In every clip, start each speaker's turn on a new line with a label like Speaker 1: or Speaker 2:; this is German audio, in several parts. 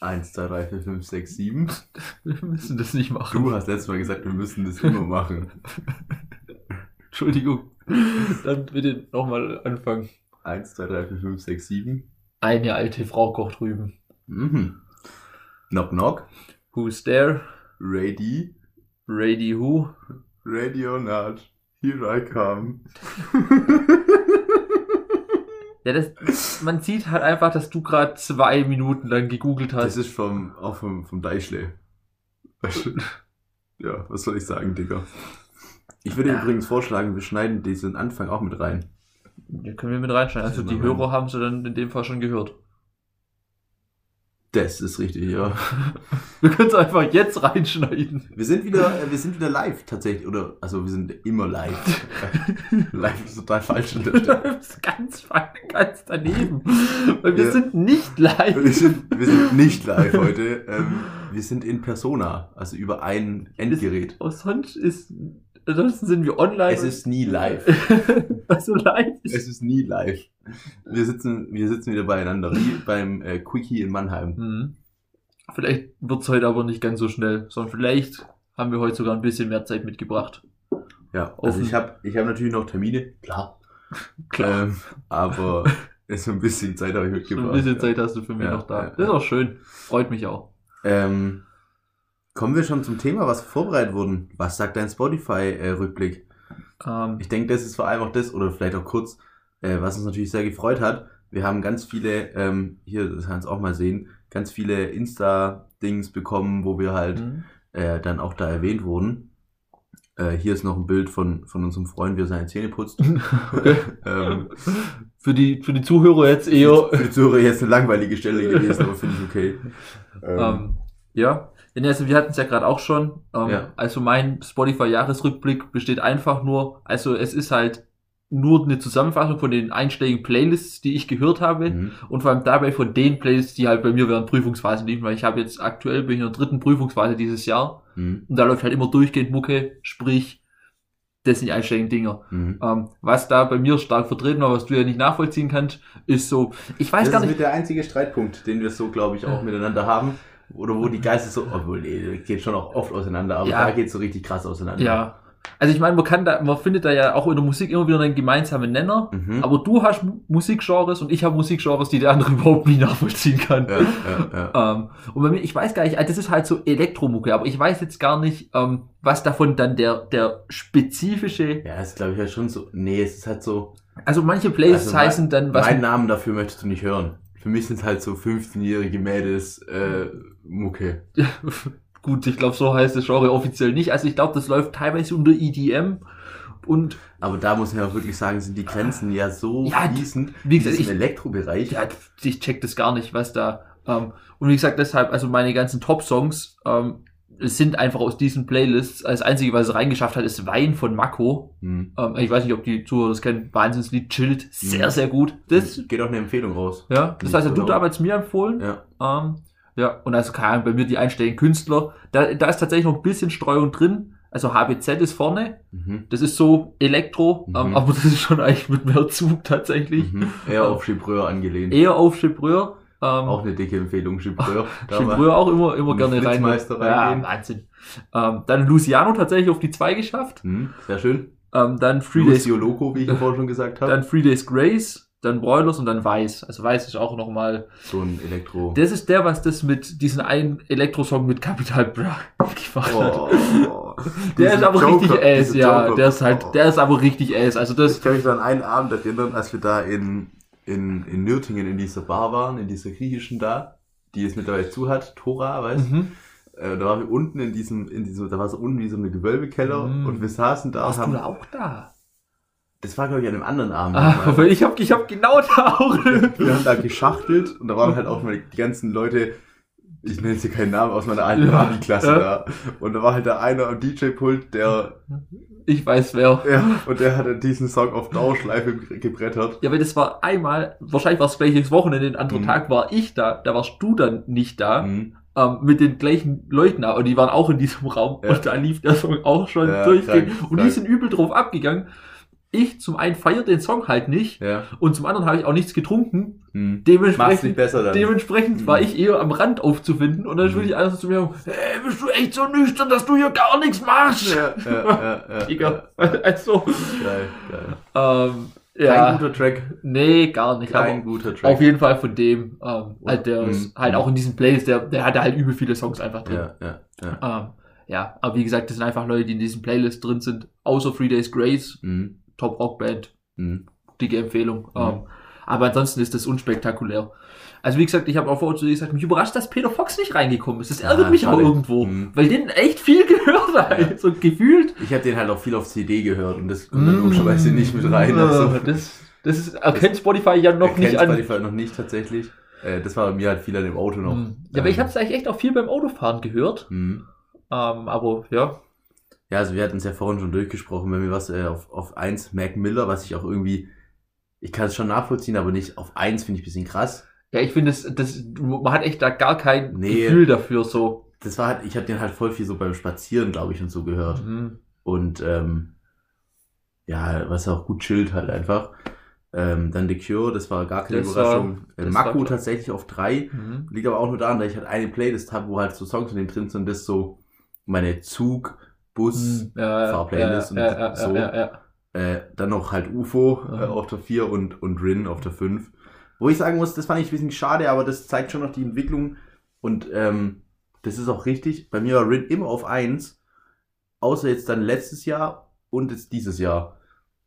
Speaker 1: 1, 2, 3, 4, 5, 6, 7.
Speaker 2: Wir müssen das nicht machen.
Speaker 1: Du hast letztes Mal gesagt, wir müssen das immer machen.
Speaker 2: Entschuldigung. Dann bitte nochmal anfangen.
Speaker 1: 1, 2, 3, 4, 5, 6, 7.
Speaker 2: Eine alte Frau kocht drüben.
Speaker 1: Mhm. Knock, knock.
Speaker 2: Who's there?
Speaker 1: Ready.
Speaker 2: Ready who?
Speaker 1: Ready or not. Here I come.
Speaker 2: Ja, das, man sieht halt einfach, dass du gerade zwei Minuten lang gegoogelt
Speaker 1: Das
Speaker 2: hast.
Speaker 1: ist vom, auch vom, vom Deichle. ja, was soll ich sagen, Digga? Ich würde
Speaker 2: Ja.
Speaker 1: übrigens vorschlagen, wir schneiden diesen Anfang auch mit rein.
Speaker 2: Ja, können wir mit reinschneiden. Also
Speaker 1: Ja,
Speaker 2: die
Speaker 1: mal rein.
Speaker 2: Hörer haben sie dann in dem Fall schon gehört.
Speaker 1: Das ist richtig, ja.
Speaker 2: Wir können es einfach jetzt reinschneiden.
Speaker 1: Wir sind wieder, äh, wir sind wieder live tatsächlich, oder? Also wir sind immer live. live ist total falsch an der Stelle.
Speaker 2: Das ist ganz, fa- ganz daneben. Weil wir
Speaker 1: Ja.
Speaker 2: sind nicht live.
Speaker 1: Wir sind, wir sind nicht live heute. Ähm, wir sind in Persona, also über ein Endgerät.
Speaker 2: Aus sonst ist. Ansonsten sind wir online.
Speaker 1: Es ist nie live.
Speaker 2: also live ist.
Speaker 1: Es ist nie live. Wir sitzen, wir sitzen wieder beieinander, wie beim äh, Quickie in Mannheim.
Speaker 2: Hm. Vielleicht wird's heute aber nicht ganz so schnell, sondern vielleicht haben wir heute sogar ein bisschen mehr Zeit mitgebracht.
Speaker 1: Ja, also
Speaker 2: Offen.
Speaker 1: ich habe ich hab natürlich noch Termine, klar. Ähm, aber so ein bisschen Zeit habe ich
Speaker 2: So
Speaker 1: mitgebracht.
Speaker 2: ein bisschen
Speaker 1: ja.
Speaker 2: Zeit hast du für mich
Speaker 1: Ja,
Speaker 2: noch da.
Speaker 1: ja,
Speaker 2: das ist
Speaker 1: ja.
Speaker 2: auch schön. Freut mich auch.
Speaker 1: Ähm, kommen wir schon zum Thema, was vorbereitet wurden. Was sagt dein äh, Spotify-Rückblick?
Speaker 2: Ähm,
Speaker 1: Ich denke, das ist vor allem auch das, oder vielleicht auch kurz, äh, was uns natürlich sehr gefreut hat. Wir haben ganz viele, ähm, hier, das kannst du auch mal sehen, ganz viele Insta-Dings bekommen, wo wir halt
Speaker 2: hm.
Speaker 1: äh, dann auch da erwähnt wurden. Äh, hier ist noch ein Bild von, von unserem Freund, wie er seine Zähne putzt. ähm,
Speaker 2: für, die, für die Zuhörer jetzt eher.
Speaker 1: für die Zuhörer jetzt eine langweilige Stelle gewesen, aber finde ich okay.
Speaker 2: Ähm, ja. Denn also wir hatten es ja gerade auch schon. Ähm,
Speaker 1: Ja.
Speaker 2: Also mein Spotify-Jahresrückblick besteht einfach nur, also es ist halt nur eine Zusammenfassung von den einschlägigen Playlists, die ich gehört habe.
Speaker 1: mhm.
Speaker 2: Und vor allem dabei von den Plays, die halt bei mir während Prüfungsphasen liefen, weil ich habe jetzt aktuell bin ich in der dritten Prüfungsphase dieses Jahr
Speaker 1: Mhm.
Speaker 2: und da läuft halt immer durchgehend Mucke, sprich, das sind die einstelligen Dinger.
Speaker 1: Mhm.
Speaker 2: Ähm, was da bei mir stark vertreten war, was du ja nicht nachvollziehen kannst, ist so, ich weiß
Speaker 1: Das
Speaker 2: gar
Speaker 1: ist
Speaker 2: nicht,
Speaker 1: mit der einzige Streitpunkt, den wir so, glaube ich, auch
Speaker 2: Ja.
Speaker 1: miteinander haben. Oder wo die Geister so, obwohl, nee, geht schon auch oft auseinander, aber
Speaker 2: Ja.
Speaker 1: da geht so richtig krass auseinander.
Speaker 2: ja. Also ich meine, man kann da, man findet da ja auch in der Musik immer wieder einen gemeinsamen Nenner,
Speaker 1: Mhm.
Speaker 2: aber du hast Mu- Musikgenres und ich habe Musikgenres, die der andere überhaupt nicht nachvollziehen kann.
Speaker 1: ja, ja, ja.
Speaker 2: Ähm, und bei mir, ich weiß gar nicht, also das ist halt so Elektromucke, aber ich weiß jetzt gar nicht, ähm, was davon dann der, der spezifische,
Speaker 1: ja, ist, glaube ich, ja schon so. Nee, es ist halt so,
Speaker 2: also manche Playlists
Speaker 1: Also mein-
Speaker 2: heißen dann was,
Speaker 1: meinen Namen dafür möchtest du nicht hören. Für mich sind halt so 15-jährige Mädels äh, Mucke.
Speaker 2: gut, ich glaube, so heißt das Genre offiziell nicht, also ich glaube, das läuft teilweise unter EDM und
Speaker 1: Aber da muss man ja auch wirklich sagen, sind die Grenzen ja so
Speaker 2: Ja,
Speaker 1: fließend.
Speaker 2: wie gesagt,
Speaker 1: in diesem
Speaker 2: ich-
Speaker 1: Elektrobereich.
Speaker 2: ja, ich check das gar nicht, was da, ähm, und wie gesagt, deshalb, also meine ganzen Top-Songs, ähm, es sind einfach aus diesen Playlists, das einzige, was es reingeschafft hat, ist Wein von Mako,
Speaker 1: Hm.
Speaker 2: ähm, ich weiß nicht, ob die Zuhörer das kennen, Wahnsinnslied, chillt, sehr,
Speaker 1: Mhm.
Speaker 2: sehr gut, das
Speaker 1: geht auch eine Empfehlung raus.
Speaker 2: Ja, das
Speaker 1: Nicht
Speaker 2: heißt, du
Speaker 1: genau.
Speaker 2: damals mir empfohlen.
Speaker 1: Ja.
Speaker 2: Ja, ähm, ja und also keine Ahnung, bei mir die einstelligen Künstler. Da, da ist tatsächlich noch ein bisschen Streuung drin. Also HBZ ist vorne.
Speaker 1: Mhm.
Speaker 2: Das ist so Elektro,
Speaker 1: Mhm.
Speaker 2: ähm, aber das ist schon eigentlich mit mehr Zug tatsächlich.
Speaker 1: Mhm. Eher auf Chibreur angelehnt.
Speaker 2: Eher auf Chibreur. Ähm,
Speaker 1: Auch eine dicke Empfehlung, Chibreur. Da war-
Speaker 2: Chibreur auch immer, immer
Speaker 1: in
Speaker 2: gerne
Speaker 1: den
Speaker 2: rein.
Speaker 1: Flitzmeister
Speaker 2: Ja,
Speaker 1: reingehen.
Speaker 2: Wahnsinn. Ähm, dann Luciano tatsächlich auf die 2 geschafft.
Speaker 1: Hm, sehr schön.
Speaker 2: Ähm, dann Three Days,
Speaker 1: Lucio Loco, wie ich ja vorhin schon gesagt habe.
Speaker 2: dann Three Days Grace, dann Broilers und dann Weiß. Also Weiß ist auch nochmal
Speaker 1: So ein Elektro.
Speaker 2: Das ist der, was das mit diesen einen Elektrosong mit Capital Bra gemacht hat.
Speaker 1: Oh,
Speaker 2: Der ist
Speaker 1: Diese
Speaker 2: aber richtig
Speaker 1: Joker-
Speaker 2: ass,
Speaker 1: diese
Speaker 2: ja.
Speaker 1: Joker- Oh.
Speaker 2: Der ist halt, der ist aber richtig ass. Also
Speaker 1: Ich
Speaker 2: das,
Speaker 1: kann mich so an einen Abend erinnern, als wir da in, in, in Nürtingen in dieser Bar waren, in dieser griechischen da, die es mittlerweile zu hat, Tora, weißt du?
Speaker 2: mhm.
Speaker 1: Äh, da waren wir unten in diesem, in diesem, da war so unten wie so eine Gewölbekeller
Speaker 2: Mhm.
Speaker 1: und wir saßen da
Speaker 2: warst
Speaker 1: und
Speaker 2: du
Speaker 1: haben.
Speaker 2: da auch da?
Speaker 1: Das war, glaube ich, an einem anderen Abend.
Speaker 2: Ah,
Speaker 1: nochmal.
Speaker 2: weil ich hab, ich hab genau da auch.
Speaker 1: wir haben da geschachtelt und da waren halt auch mal die ganzen Leute, ich nenne jetzt hier keinen Namen, aus meiner alten
Speaker 2: Ja.
Speaker 1: Abi-Klasse
Speaker 2: Ja.
Speaker 1: da. Und da war halt da einer am DJ-Pult, der,
Speaker 2: Ich weiß wer.
Speaker 1: ja, und der hat dann diesen Song auf Dauerschleife ge- gebrettert.
Speaker 2: Ja, weil das war einmal, wahrscheinlich war es gleiches Wochenende, den anderen
Speaker 1: Mhm.
Speaker 2: Tag war ich da, da warst du dann nicht da,
Speaker 1: Mhm.
Speaker 2: ähm, mit den gleichen Leuten, aber die waren auch in diesem Raum
Speaker 1: Ja.
Speaker 2: und da lief der Song auch schon
Speaker 1: Ja,
Speaker 2: durchgehend
Speaker 1: krank,
Speaker 2: und die
Speaker 1: krank.
Speaker 2: sind übel drauf abgegangen. ich zum einen feiere den Song halt nicht
Speaker 1: Ja.
Speaker 2: und zum anderen habe ich auch nichts getrunken.
Speaker 1: Hm. Mach's nicht
Speaker 2: Dementsprechend,
Speaker 1: besser dann.
Speaker 2: dementsprechend
Speaker 1: Mhm.
Speaker 2: war ich eher am Rand aufzufinden und dann
Speaker 1: Mhm.
Speaker 2: schrie ich einer so zu mir, hey, bist du echt so nüchtern, dass du hier gar nichts machst?
Speaker 1: ja, ja, ja, ja,
Speaker 2: Digga. Also,
Speaker 1: ja. Geil, geil.
Speaker 2: ähm,
Speaker 1: Kein
Speaker 2: ja,
Speaker 1: guter Track.
Speaker 2: nee, gar nicht.
Speaker 1: Kein
Speaker 2: aber
Speaker 1: guter Track.
Speaker 2: auf jeden Fall von dem, ähm, halt, der
Speaker 1: Mhm.
Speaker 2: ist halt auch in diesen Plays, der, der hatte halt übel viele Songs einfach drin.
Speaker 1: ja, ja, ja.
Speaker 2: Ähm, ja, aber wie gesagt, das sind einfach Leute, die in diesen Playlists drin sind. Außer Three Days Grace,
Speaker 1: Mhm.
Speaker 2: Top Rock Band,
Speaker 1: Mhm.
Speaker 2: dicke Empfehlung. Ähm, aber ansonsten ist das unspektakulär. Also wie gesagt, ich habe auch vorhin zu dir gesagt, mich überrascht, dass Peter Fox nicht reingekommen ist. Das
Speaker 1: Ah,
Speaker 2: ärgert mich auch
Speaker 1: schade.
Speaker 2: irgendwo,
Speaker 1: Mhm.
Speaker 2: weil den echt viel gehört habe,
Speaker 1: Ja.
Speaker 2: so gefühlt.
Speaker 1: Ich habe den halt auch viel auf CD gehört und das kommt
Speaker 2: Hm.
Speaker 1: dann logischerweise nicht mit rein. also.
Speaker 2: Äh, Das, das ist, erkennt Spotify ja noch
Speaker 1: Erkennt
Speaker 2: nicht an.
Speaker 1: Spotify noch nicht tatsächlich. Äh, das war bei mir halt viel an dem Auto noch. Ähm,
Speaker 2: Mhm. Ja, aber ich habe es eigentlich echt auch viel beim Autofahren gehört.
Speaker 1: Mhm.
Speaker 2: Ähm, aber ja,
Speaker 1: Ja, also wir hatten es ja vorhin schon durchgesprochen, bei mir war es äh, auf, auf 1 Mac Miller, was ich auch irgendwie, ich kann es schon nachvollziehen, aber nicht auf 1 finde ich ein bisschen krass.
Speaker 2: ja ich finde, das, das, man hat echt da gar kein
Speaker 1: Nee.
Speaker 2: Gefühl dafür so.
Speaker 1: Das war halt, ich habe den halt voll viel so beim Spazieren, glaube ich, und so gehört.
Speaker 2: Mhm.
Speaker 1: Und ähm, ja, was auch gut chillt halt einfach. Ähm, dann The Cure, das war gar keine
Speaker 2: Das war-
Speaker 1: Überraschung. Äh,
Speaker 2: das war
Speaker 1: Mako
Speaker 2: klar.
Speaker 1: tatsächlich auf 3.
Speaker 2: Mhm.
Speaker 1: Liegt aber auch nur daran, dass ich halt eine Playlist habe, wo halt so Songs von dem drin sind, das so meine Zug, Bus,
Speaker 2: Mhm. Ja,
Speaker 1: Fahrplaylist
Speaker 2: ja, ja,
Speaker 1: und
Speaker 2: ja,
Speaker 1: so.
Speaker 2: Ja, ja, ja.
Speaker 1: Äh, dann noch halt UFO äh,
Speaker 2: Mhm.
Speaker 1: auf der 4 und, und Rin auf der 5. Wo ich sagen muss, das fand ich ein bisschen schade, aber das zeigt schon noch die Entwicklung. Und ähm, das ist auch richtig. Bei mir war Rin immer auf 1, außer jetzt dann letztes Jahr und jetzt dieses Jahr.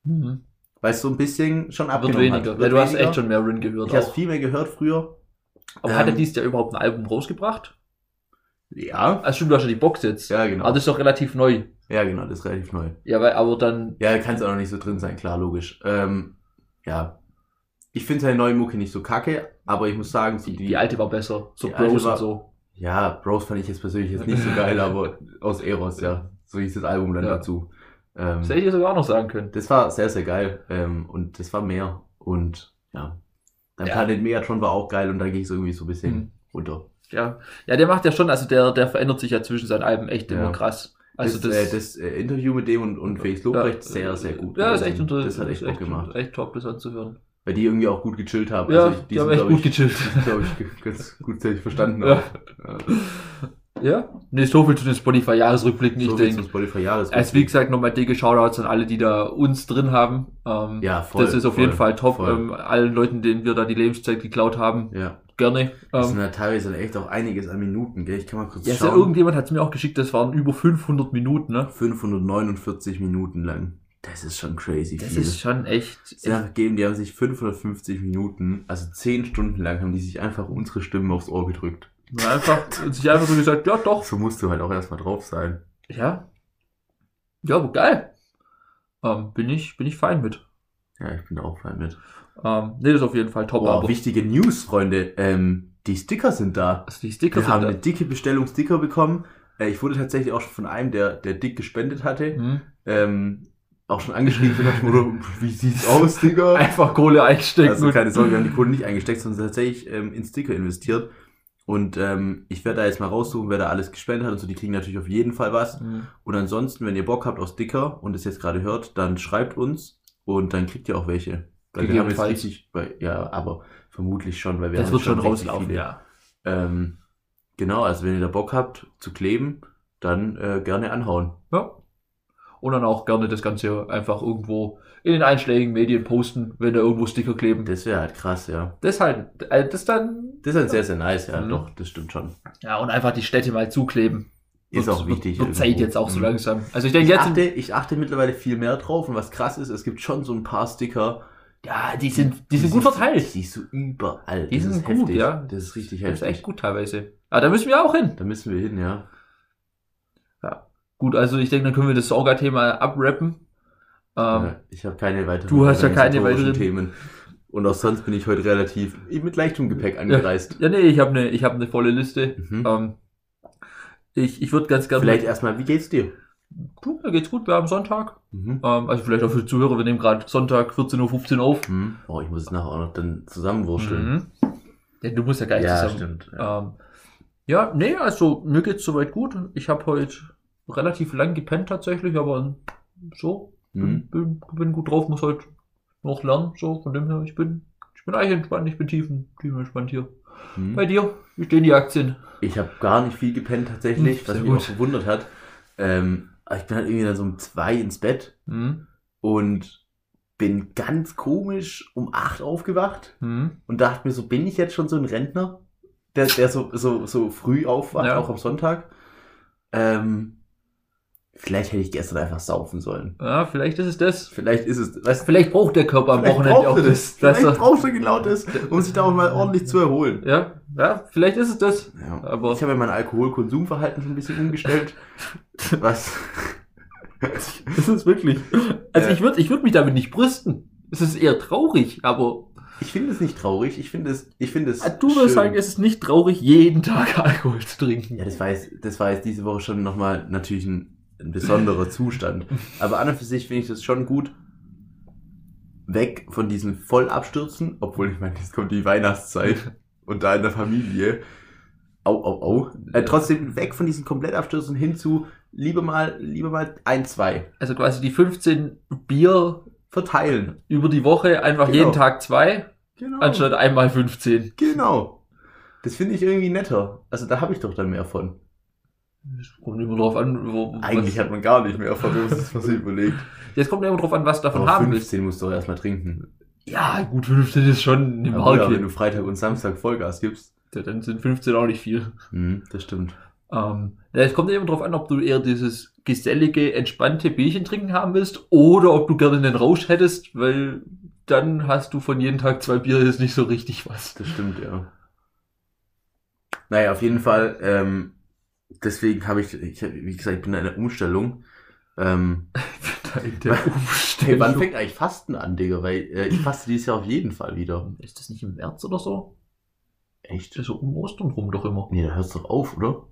Speaker 2: Mhm.
Speaker 1: Weil es so ein bisschen schon
Speaker 2: Wird
Speaker 1: abgenommen
Speaker 2: weniger.
Speaker 1: hat.
Speaker 2: ja, du hast
Speaker 1: weniger.
Speaker 2: echt schon mehr Rin gehört.
Speaker 1: Ich habe
Speaker 2: auch.
Speaker 1: viel mehr gehört früher.
Speaker 2: Aber hat er
Speaker 1: ähm,
Speaker 2: dieses Jahr überhaupt ein Album rausgebracht?
Speaker 1: Ja.
Speaker 2: Also stimmt, du hast ja Also- die Box jetzt.
Speaker 1: Ja, genau.
Speaker 2: Aber das ist doch relativ neu.
Speaker 1: ja, genau, das ist relativ neu.
Speaker 2: Ja, weil, aber dann,
Speaker 1: Ja, kann es auch noch nicht so drin sein, klar, logisch. Ähm, ja. Ich finde seine neue Mucke nicht so kacke, aber ich muss sagen, so
Speaker 2: die, die alte war besser. So
Speaker 1: die alte
Speaker 2: Bros
Speaker 1: war-
Speaker 2: und so.
Speaker 1: Ja, Bros fand ich jetzt persönlich jetzt nicht so geil, aber aus Eros, ja. So hieß das Album dann
Speaker 2: Ja.
Speaker 1: dazu. Ähm,
Speaker 2: Das hätte ich dir sogar auch noch sagen können.
Speaker 1: das war sehr, sehr geil. Ähm, und das war mehr. Und ja. Dann
Speaker 2: Ja.
Speaker 1: Planet Megatron war auch geil und dann ging es irgendwie so ein bisschen
Speaker 2: Mhm.
Speaker 1: runter.
Speaker 2: Ja. ja, der macht ja schon, also der, der verändert sich ja zwischen seinen Alben echt immer
Speaker 1: Ja.
Speaker 2: krass. Also
Speaker 1: das, äh, das äh, Interview mit dem und, und Felix Lobrecht,
Speaker 2: ja,
Speaker 1: sehr, sehr gut.
Speaker 2: Ja, ist
Speaker 1: gewesen.
Speaker 2: echt interessant.
Speaker 1: Das hat echt
Speaker 2: ist
Speaker 1: Bock gemacht.
Speaker 2: Echt top, das anzuhören.
Speaker 1: Weil die irgendwie auch gut gechillt haben. Also
Speaker 2: ja,
Speaker 1: ich-
Speaker 2: die haben echt
Speaker 1: glaub ich,
Speaker 2: gut gechillt.
Speaker 1: glaub ich, ganz gut selbst verstanden.
Speaker 2: Ja.
Speaker 1: auch. Ja.
Speaker 2: Ja, nee, so viel zu den Spotify-Jahresrückblicken, ich
Speaker 1: So viel zum
Speaker 2: denke.
Speaker 1: Spotify-Jahres.
Speaker 2: Also wie gesagt, nochmal dicke Shoutouts an alle, die da uns drin haben. Ähm,
Speaker 1: Ja, voll,
Speaker 2: das ist auf
Speaker 1: voll,
Speaker 2: jeden Fall top.
Speaker 1: voll.
Speaker 2: Ähm, allen Leuten, denen wir da die Lebenszeit geklaut haben,
Speaker 1: Ja.
Speaker 2: gerne.
Speaker 1: Das sind
Speaker 2: Ähm,
Speaker 1: ja teilweise echt auch einiges an Minuten, gell? Ich kann mal kurz
Speaker 2: ja, ist ja,
Speaker 1: schauen.
Speaker 2: irgendjemand hat es mir auch geschickt, das waren über 500 Minuten, ne?
Speaker 1: 549 Minuten lang. Das ist schon crazy
Speaker 2: Das
Speaker 1: viel.
Speaker 2: ist schon echt...
Speaker 1: Sie haben gegeben, die haben sich 550 Minuten, also 10 Stunden lang, haben die sich einfach unsere Stimmen aufs Ohr gedrückt.
Speaker 2: echt- einfach, sich einfach so gesagt, ja doch,
Speaker 1: So musst du halt auch erstmal drauf sein.
Speaker 2: ja. Ja, aber geil. Ähm, bin, ich, bin ich fein mit.
Speaker 1: Ja, ich bin da auch fein mit.
Speaker 2: Ähm, nee, das ist auf jeden Fall top.
Speaker 1: Wow,
Speaker 2: aber
Speaker 1: wichtige News, Freunde. Ähm, die Sticker sind da.
Speaker 2: also die Sticker
Speaker 1: Wir haben eine
Speaker 2: sind
Speaker 1: dicke Bestellung Sticker bekommen. Äh, ich wurde tatsächlich auch schon von einem, der, der dick gespendet
Speaker 2: da.
Speaker 1: hatte,
Speaker 2: Mhm.
Speaker 1: ähm, auch schon angeschrieben. Ich dachte, wie sieht's aus, Digga?
Speaker 2: Einfach Kohle einstecken.
Speaker 1: Also
Speaker 2: und-
Speaker 1: keine Sorge, wir haben die Kohle nicht eingesteckt, sondern tatsächlich ähm, in Sticker investiert. Und ähm, ich werde da jetzt mal raussuchen, wer da alles gespendet hat und so. Die kriegen natürlich auf jeden Fall was.
Speaker 2: Mhm.
Speaker 1: Und ansonsten, wenn ihr Bock habt auf Sticker und es jetzt gerade hört, dann schreibt uns und dann kriegt ihr auch welche. Weil wir haben jetzt
Speaker 2: Gegebenenfalls.
Speaker 1: richtig, weil, ja, aber vermutlich schon, weil wir
Speaker 2: Das
Speaker 1: haben
Speaker 2: wird
Speaker 1: jetzt
Speaker 2: schon
Speaker 1: richtig
Speaker 2: rauslaufen,
Speaker 1: viele.
Speaker 2: ja.
Speaker 1: Ähm, genau, also wenn ihr da Bock habt zu kleben, dann äh, gerne anhauen.
Speaker 2: ja. Und dann auch gerne das Ganze einfach irgendwo in den einschlägigen Medien posten, wenn da irgendwo Sticker kleben.
Speaker 1: Das wäre halt krass, ja.
Speaker 2: Das halt, äh, das dann,
Speaker 1: Das ist halt sehr, sehr nice, ja,
Speaker 2: Mhm.
Speaker 1: doch, das stimmt schon.
Speaker 2: ja, und einfach die Städte mal zukleben.
Speaker 1: Ist
Speaker 2: Wird-
Speaker 1: auch wichtig.
Speaker 2: Wird, wird Zeit
Speaker 1: irgendwo.
Speaker 2: jetzt auch so
Speaker 1: Mhm.
Speaker 2: langsam. Also ich denke
Speaker 1: Ich
Speaker 2: jetzt,
Speaker 1: achte, ich achte mittlerweile viel mehr drauf und was krass ist, es gibt schon so ein paar Sticker.
Speaker 2: ja, die sind, die sind gut verteilt.
Speaker 1: Die sind so überall.
Speaker 2: Die sind
Speaker 1: ist
Speaker 2: gut,
Speaker 1: heftig.
Speaker 2: ja.
Speaker 1: Das ist richtig
Speaker 2: Das ist
Speaker 1: heftig.
Speaker 2: echt gut teilweise. Ah, da müssen wir auch hin.
Speaker 1: Da müssen wir hin, ja.
Speaker 2: Gut, also ich denke, dann können wir das Sorga-Thema abwrappen. Ähm,
Speaker 1: ja ich habe keine weiteren
Speaker 2: du hast ja keine
Speaker 1: organisatorischen Themen.
Speaker 2: weiteren-
Speaker 1: Und auch sonst bin ich heute relativ mit leichtem Gepäck angereist.
Speaker 2: Ja, nee, ich habe eine hab ne volle Liste.
Speaker 1: Mhm.
Speaker 2: Ähm, ich ich würde ganz gerne...
Speaker 1: Vielleicht erstmal, wie geht's dir?
Speaker 2: Du, mir geht's gut, wir haben Sonntag.
Speaker 1: Mhm.
Speaker 2: Ähm, also vielleicht auch für die Zuhörer, wir nehmen gerade Sonntag 14.15 Uhr auf.
Speaker 1: Mhm. Oh, ich muss es nachher auch noch dann zusammenwurschteln.
Speaker 2: Mhm. Denn du musst ja gleich
Speaker 1: Ja,
Speaker 2: zusammen.
Speaker 1: stimmt. Ja.
Speaker 2: Ähm, ja, nee, also mir geht's soweit gut. Ich habe heute relativ lang gepennt tatsächlich, aber so
Speaker 1: Mhm.
Speaker 2: Bin, bin gut drauf, muss halt noch lernen. So, von dem her, ich bin, ich bin eigentlich entspannt, ich bin tiefen, tiefenentspannt hier.
Speaker 1: Mhm.
Speaker 2: Bei dir, wie stehen die Aktien?
Speaker 1: Ich habe gar nicht viel gepennt tatsächlich,
Speaker 2: Hm,
Speaker 1: was
Speaker 2: sehr
Speaker 1: mich
Speaker 2: gut.
Speaker 1: auch gewundert hat. Ähm, aber ich bin halt irgendwie dann so um zwei ins Bett
Speaker 2: Mhm.
Speaker 1: und bin ganz komisch um acht aufgewacht
Speaker 2: Mhm.
Speaker 1: und dachte mir so, bin ich jetzt schon so ein Rentner, der, der so, so, so früh aufwacht,
Speaker 2: Ja.
Speaker 1: auch am Sonntag. Ähm, vielleicht hätte ich gestern einfach saufen sollen.
Speaker 2: Ja, vielleicht ist es das.
Speaker 1: Vielleicht ist es, weißt, du,
Speaker 2: Vielleicht braucht der Körper am
Speaker 1: vielleicht
Speaker 2: Wochenende
Speaker 1: brauchst
Speaker 2: auch
Speaker 1: du
Speaker 2: das.
Speaker 1: das.
Speaker 2: dass
Speaker 1: Vielleicht
Speaker 2: er-
Speaker 1: brauchst du genau das, um sich da auch mal ordentlich zu erholen.
Speaker 2: ja, ja, vielleicht ist es das.
Speaker 1: Ja.
Speaker 2: Aber
Speaker 1: Ich habe ja mein Alkoholkonsumverhalten schon ein bisschen umgestellt. Was?
Speaker 2: ist es wirklich. Also
Speaker 1: Ja.
Speaker 2: ich würde ich würd mich damit nicht brüsten. Es ist eher traurig, aber
Speaker 1: Ich finde es nicht traurig. Ich finde es, ich finde es.
Speaker 2: Ah, Äh, du
Speaker 1: schön.
Speaker 2: würdest sagen, es ist nicht traurig, jeden Tag Alkohol zu trinken.
Speaker 1: Ja, das war jetzt, das war jetzt diese Woche schon nochmal natürlich ein, ein besonderer Zustand. Aber an und für sich finde ich das schon gut. Weg von diesen Vollabstürzen, obwohl ich meine, jetzt kommt die Weihnachtszeit und da in der Familie. Au, au, au. Äh, trotzdem weg von diesen Komplettabstürzen hin zu lieber mal, lieber mal ein, zwei.
Speaker 2: Also quasi die 15 Bier
Speaker 1: Verteilen.
Speaker 2: über die Woche, einfach
Speaker 1: Genau.
Speaker 2: jeden Tag zwei,
Speaker 1: Genau.
Speaker 2: anstatt einmal 15.
Speaker 1: Genau. Das finde ich irgendwie netter. Also da habe ich doch dann mehr von.
Speaker 2: Das kommt immer drauf an, wo,
Speaker 1: Eigentlich
Speaker 2: was,
Speaker 1: hat man gar nicht mehr von, wenn man sich das mal überlegt.
Speaker 2: Jetzt kommt immer drauf an, was du davon
Speaker 1: Aber
Speaker 2: haben
Speaker 1: 15
Speaker 2: willst.
Speaker 1: musst du doch erstmal trinken.
Speaker 2: Ja, gut, 15 ist schon eine
Speaker 1: Ja,
Speaker 2: Marke.
Speaker 1: Bruder, wenn du Freitag und Samstag Vollgas gibst.
Speaker 2: Ja, dann sind 15 auch nicht viel.
Speaker 1: Mhm, das stimmt.
Speaker 2: Ähm, ja, es kommt ja immer drauf an, ob du eher dieses gesellige, entspannte Bierchen trinken haben willst oder ob du gerne einen Rausch hättest, weil dann hast du von jeden Tag zwei Bier ist nicht so richtig was.
Speaker 1: Das stimmt, ja. Naja, auf jeden Fall, ähm, deswegen habe ich, ich, hab- wie gesagt, ich bin in einer Umstellung. Ähm,
Speaker 2: Der
Speaker 1: hey, wann
Speaker 2: Umstände.
Speaker 1: fängt eigentlich Fasten an, Digga? Weil äh, ich faste dieses Jahr auf jeden Fall wieder.
Speaker 2: Ist das nicht im März oder so?
Speaker 1: Echt?
Speaker 2: Das ist so um Ostern rum doch immer.
Speaker 1: Nee, da hörst du doch auf, oder?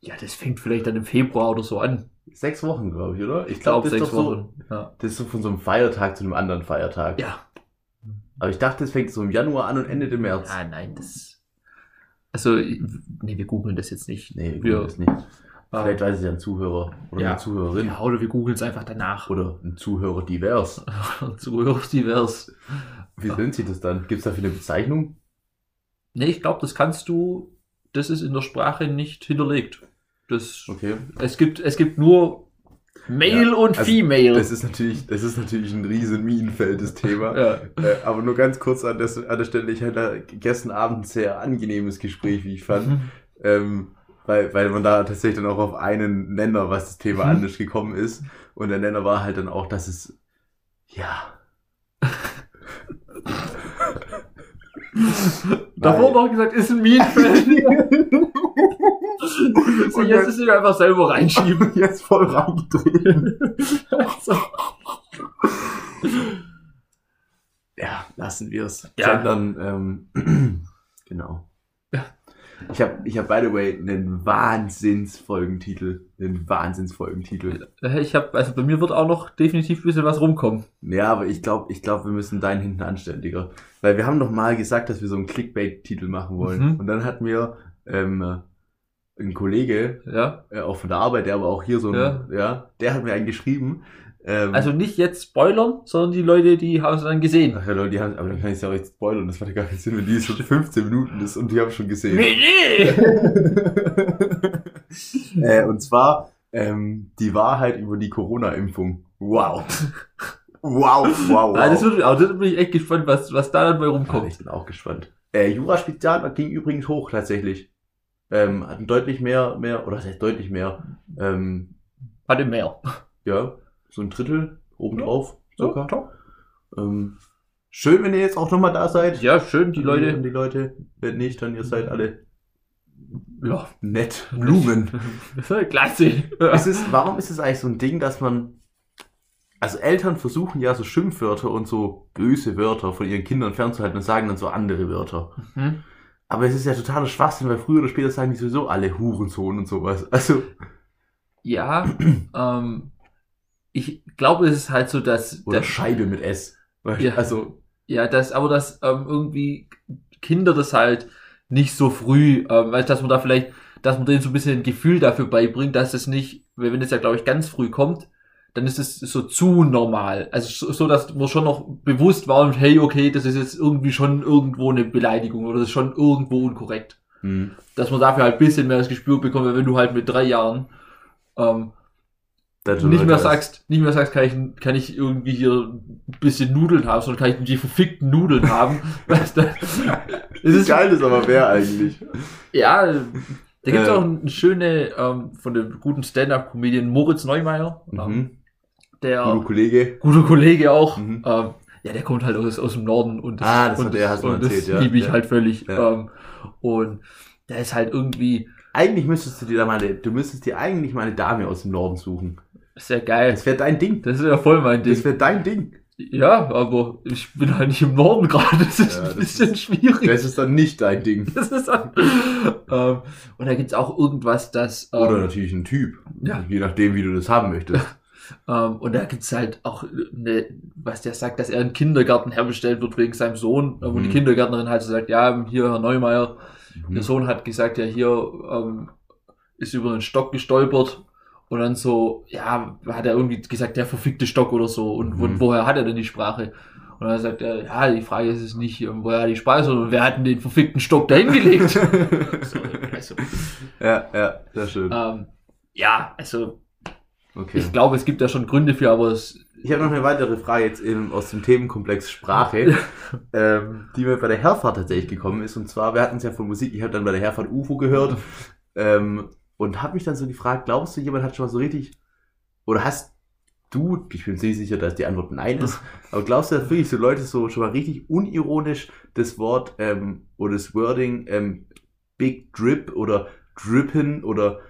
Speaker 2: Ja, das fängt vielleicht dann im Februar oder so an.
Speaker 1: Sechs Wochen, glaube ich, oder? Ich
Speaker 2: Ich
Speaker 1: glaube,
Speaker 2: glaube,
Speaker 1: das ist
Speaker 2: sechs
Speaker 1: doch so,
Speaker 2: Wochen. Ja.
Speaker 1: das ist so von so einem Feiertag zu einem anderen Feiertag.
Speaker 2: ja.
Speaker 1: Aber ich dachte, es fängt so im Januar an und endet im März.
Speaker 2: Ah, nein, das. Also, ich- nee, wir googeln das jetzt nicht.
Speaker 1: Nee, wir
Speaker 2: wir,
Speaker 1: das nicht. Vielleicht
Speaker 2: ähm,
Speaker 1: weiß es ja ein Zuhörer oder
Speaker 2: Ja.
Speaker 1: eine Zuhörerin
Speaker 2: ja, oder wir googeln es einfach danach.
Speaker 1: oder ein Zuhörer divers.
Speaker 2: Zuhörerdivers.
Speaker 1: Wie
Speaker 2: Ja.
Speaker 1: nennt sie das dann? Gibt es dafür eine Bezeichnung?
Speaker 2: Nee, ich glaube, das kannst du. Das ist in der Sprache nicht hinterlegt. Das,
Speaker 1: Okay.
Speaker 2: es, gibt, es gibt nur Male
Speaker 1: Ja,
Speaker 2: und
Speaker 1: also
Speaker 2: Female.
Speaker 1: Das ist natürlich, das ist natürlich ein riesen Minenfeld, das Thema.
Speaker 2: ja.
Speaker 1: Äh, aber nur ganz kurz an, des, an der Stelle, ich hatte gestern Abend ein sehr angenehmes Gespräch, wie ich fand.
Speaker 2: Mhm.
Speaker 1: Ähm, weil, weil man da tatsächlich dann auch auf einen Nenner, was das Thema
Speaker 2: Mhm.
Speaker 1: anders gekommen ist. Und der Nenner war halt dann auch, dass es. Ja.
Speaker 2: Davor noch gesagt, ist ein Minenfeld. so,
Speaker 1: Und
Speaker 2: jetzt
Speaker 1: dann-
Speaker 2: ist sie einfach selber reinschieben.
Speaker 1: Jetzt voll reingedreht.
Speaker 2: so.
Speaker 1: Ja, lassen wir es.
Speaker 2: Ja.
Speaker 1: Gendern, ähm, genau. Ich habe, ich hab, by the way, einen Wahnsinnsfolgentitel. Einen Wahnsinnsfolgentitel.
Speaker 2: Äh, Ich habe, also bei mir wird auch noch definitiv ein bisschen was rumkommen.
Speaker 1: Ja, aber ich glaube, ich glaub, wir müssen deinen hinten anständiger. Weil wir haben doch mal gesagt, dass wir so einen Clickbait-Titel machen wollen.
Speaker 2: Mhm.
Speaker 1: Und dann hat mir ähm, ein Kollege,
Speaker 2: Ja.
Speaker 1: äh, auch von der Arbeit, der aber auch hier so ein,
Speaker 2: Ja.
Speaker 1: ja, der hat mir einen geschrieben. Ähm,
Speaker 2: Also nicht jetzt spoilern, sondern die Leute, die haben es dann gesehen.
Speaker 1: Ach ja, Leute, die haben, aber dann kann ich es ja auch jetzt spoilern, das macht ja gar keinen Sinn, wenn die schon 15 Minuten ist und die haben schon gesehen.
Speaker 2: nee!
Speaker 1: äh, und zwar ähm, die Wahrheit über die Corona-Impfung. Wow. Wow, wow, wow.
Speaker 2: Ah, das wird, aber das bin ich echt gespannt, was, was da dann bei
Speaker 1: Alter,
Speaker 2: rumkommt.
Speaker 1: ich bin auch gespannt. Äh, Jura-Spezial ging übrigens hoch tatsächlich. Ähm, hatten deutlich mehr, mehr, oder das heißt deutlich mehr. Ähm,
Speaker 2: Hatte mehr.
Speaker 1: ja, so ein Drittel obendrauf.
Speaker 2: Ja,
Speaker 1: circa.
Speaker 2: top.
Speaker 1: ähm, schön, wenn ihr jetzt auch nochmal da seid.
Speaker 2: Ja, schön, die
Speaker 1: Und
Speaker 2: Leute.
Speaker 1: die Leute. Wenn nicht, dann ihr seid alle
Speaker 2: Ja.
Speaker 1: nett. Blumen.
Speaker 2: Klasse.
Speaker 1: Es ist, warum ist es eigentlich so ein Ding, dass man. Also Eltern versuchen ja so Schimpfwörter und so böse Wörter von ihren Kindern fernzuhalten und sagen dann so andere Wörter.
Speaker 2: Hm?
Speaker 1: Aber es ist ja totaler Schwachsinn, weil früher oder später sagen die sowieso alle Hurensohn und sowas. Also,
Speaker 2: Ja, ähm, ich glaube, es ist halt so, dass,
Speaker 1: oder
Speaker 2: dass
Speaker 1: Scheibe mit S. Weil-
Speaker 2: Ja.
Speaker 1: Also,
Speaker 2: ja, dass, aber dass ähm, irgendwie Kinder das halt nicht so früh, ähm, weißt, dass man da vielleicht, dass man denen so ein bisschen ein Gefühl dafür beibringt, dass es nicht, wenn es ja, glaube ich, ganz früh kommt, dann ist es so zu normal. Also so- so, dass man schon noch bewusst war und hey, okay, das ist jetzt irgendwie schon irgendwo eine Beleidigung oder das ist schon irgendwo unkorrekt.
Speaker 1: Hm.
Speaker 2: Dass man dafür halt ein bisschen mehr das Gespür bekommt, weil wenn du halt mit drei Jahren
Speaker 1: Dann
Speaker 2: ähm,
Speaker 1: schon
Speaker 2: Also nicht
Speaker 1: Leute
Speaker 2: mehr
Speaker 1: als-
Speaker 2: sagst, nicht mehr sagst, kann ich, kann ich irgendwie hier ein bisschen Nudeln haben, sondern kann ich die verfickten Nudeln haben. Weißt du?
Speaker 1: Wie
Speaker 2: Es
Speaker 1: geil ist aber wer eigentlich?
Speaker 2: Ja, da gibt's
Speaker 1: Äh.
Speaker 2: auch eine schöne ähm, von dem guten Stand-Up-Comedian Moritz Neumeier, ähm,
Speaker 1: Mhm.
Speaker 2: der
Speaker 1: Guter Kollege.
Speaker 2: guter Kollege auch.
Speaker 1: Mhm.
Speaker 2: Ähm, ja, der kommt halt aus, aus dem Norden und
Speaker 1: Ah, das
Speaker 2: und,
Speaker 1: hat er- hast du
Speaker 2: und
Speaker 1: erzählt,
Speaker 2: das
Speaker 1: ja.
Speaker 2: liebe ich
Speaker 1: Ja.
Speaker 2: halt völlig.
Speaker 1: Ja.
Speaker 2: Ähm, und der ist halt irgendwie
Speaker 1: Eigentlich müsstest du dir da mal, eine- du müsstest dir eigentlich mal eine Dame aus dem Norden suchen.
Speaker 2: sehr geil.
Speaker 1: Das wäre dein Ding.
Speaker 2: Das ist ja voll mein Ding.
Speaker 1: Das wäre dein Ding.
Speaker 2: Ja, aber ich bin halt nicht im Norden gerade. Das ist
Speaker 1: Ja,
Speaker 2: ein
Speaker 1: das
Speaker 2: bisschen schwierig.
Speaker 1: Das ist dann nicht dein Ding.
Speaker 2: Das ist halt, ähm, und da gibt's auch irgendwas, das. Ähm,
Speaker 1: Oder natürlich ein Typ.
Speaker 2: Ja.
Speaker 1: Je nachdem, wie du das haben möchtest.
Speaker 2: ähm, und da gibt's halt auch, eine, was der sagt, dass er im Kindergarten herbestellt wird wegen seinem Sohn. Und die
Speaker 1: Mhm.
Speaker 2: Kindergärtnerin halt so sagt: Ja, hier, Herr Neumeier,
Speaker 1: Mhm.
Speaker 2: Der Sohn hat gesagt, ja, hier ähm, ist über einen Stock gestolpert und dann so, ja, hat er irgendwie gesagt, der verfickte Stock oder so. Und, wo-
Speaker 1: Mhm.
Speaker 2: woher hat er denn die Sprache? Und dann sagt er, ja, die Frage ist es nicht, ähm, woher hat die Sprache, sondern wer hat denn den verfickten Stock dahin gelegt? so, also,
Speaker 1: Ja, ja, sehr schön.
Speaker 2: ähm, ja, also
Speaker 1: Okay.
Speaker 2: ich glaube, es gibt da schon Gründe für, aber es,
Speaker 1: Ich habe noch eine weitere Frage jetzt eben aus dem Themenkomplex Sprache, ähm, die mir bei der Herfahrt tatsächlich gekommen ist. Und zwar, wir hatten es ja von Musik, ich habe dann bei der Herfahrt UFO gehört ähm, und habe mich dann so gefragt, glaubst du, jemand hat schon mal so richtig, oder hast du, ich bin ziemlich sicher, dass die Antwort nein ist, aber glaubst du, dass wirklich so Leute so schon mal richtig unironisch das Wort ähm, oder das Wording ähm, Big Drip oder Drippen oder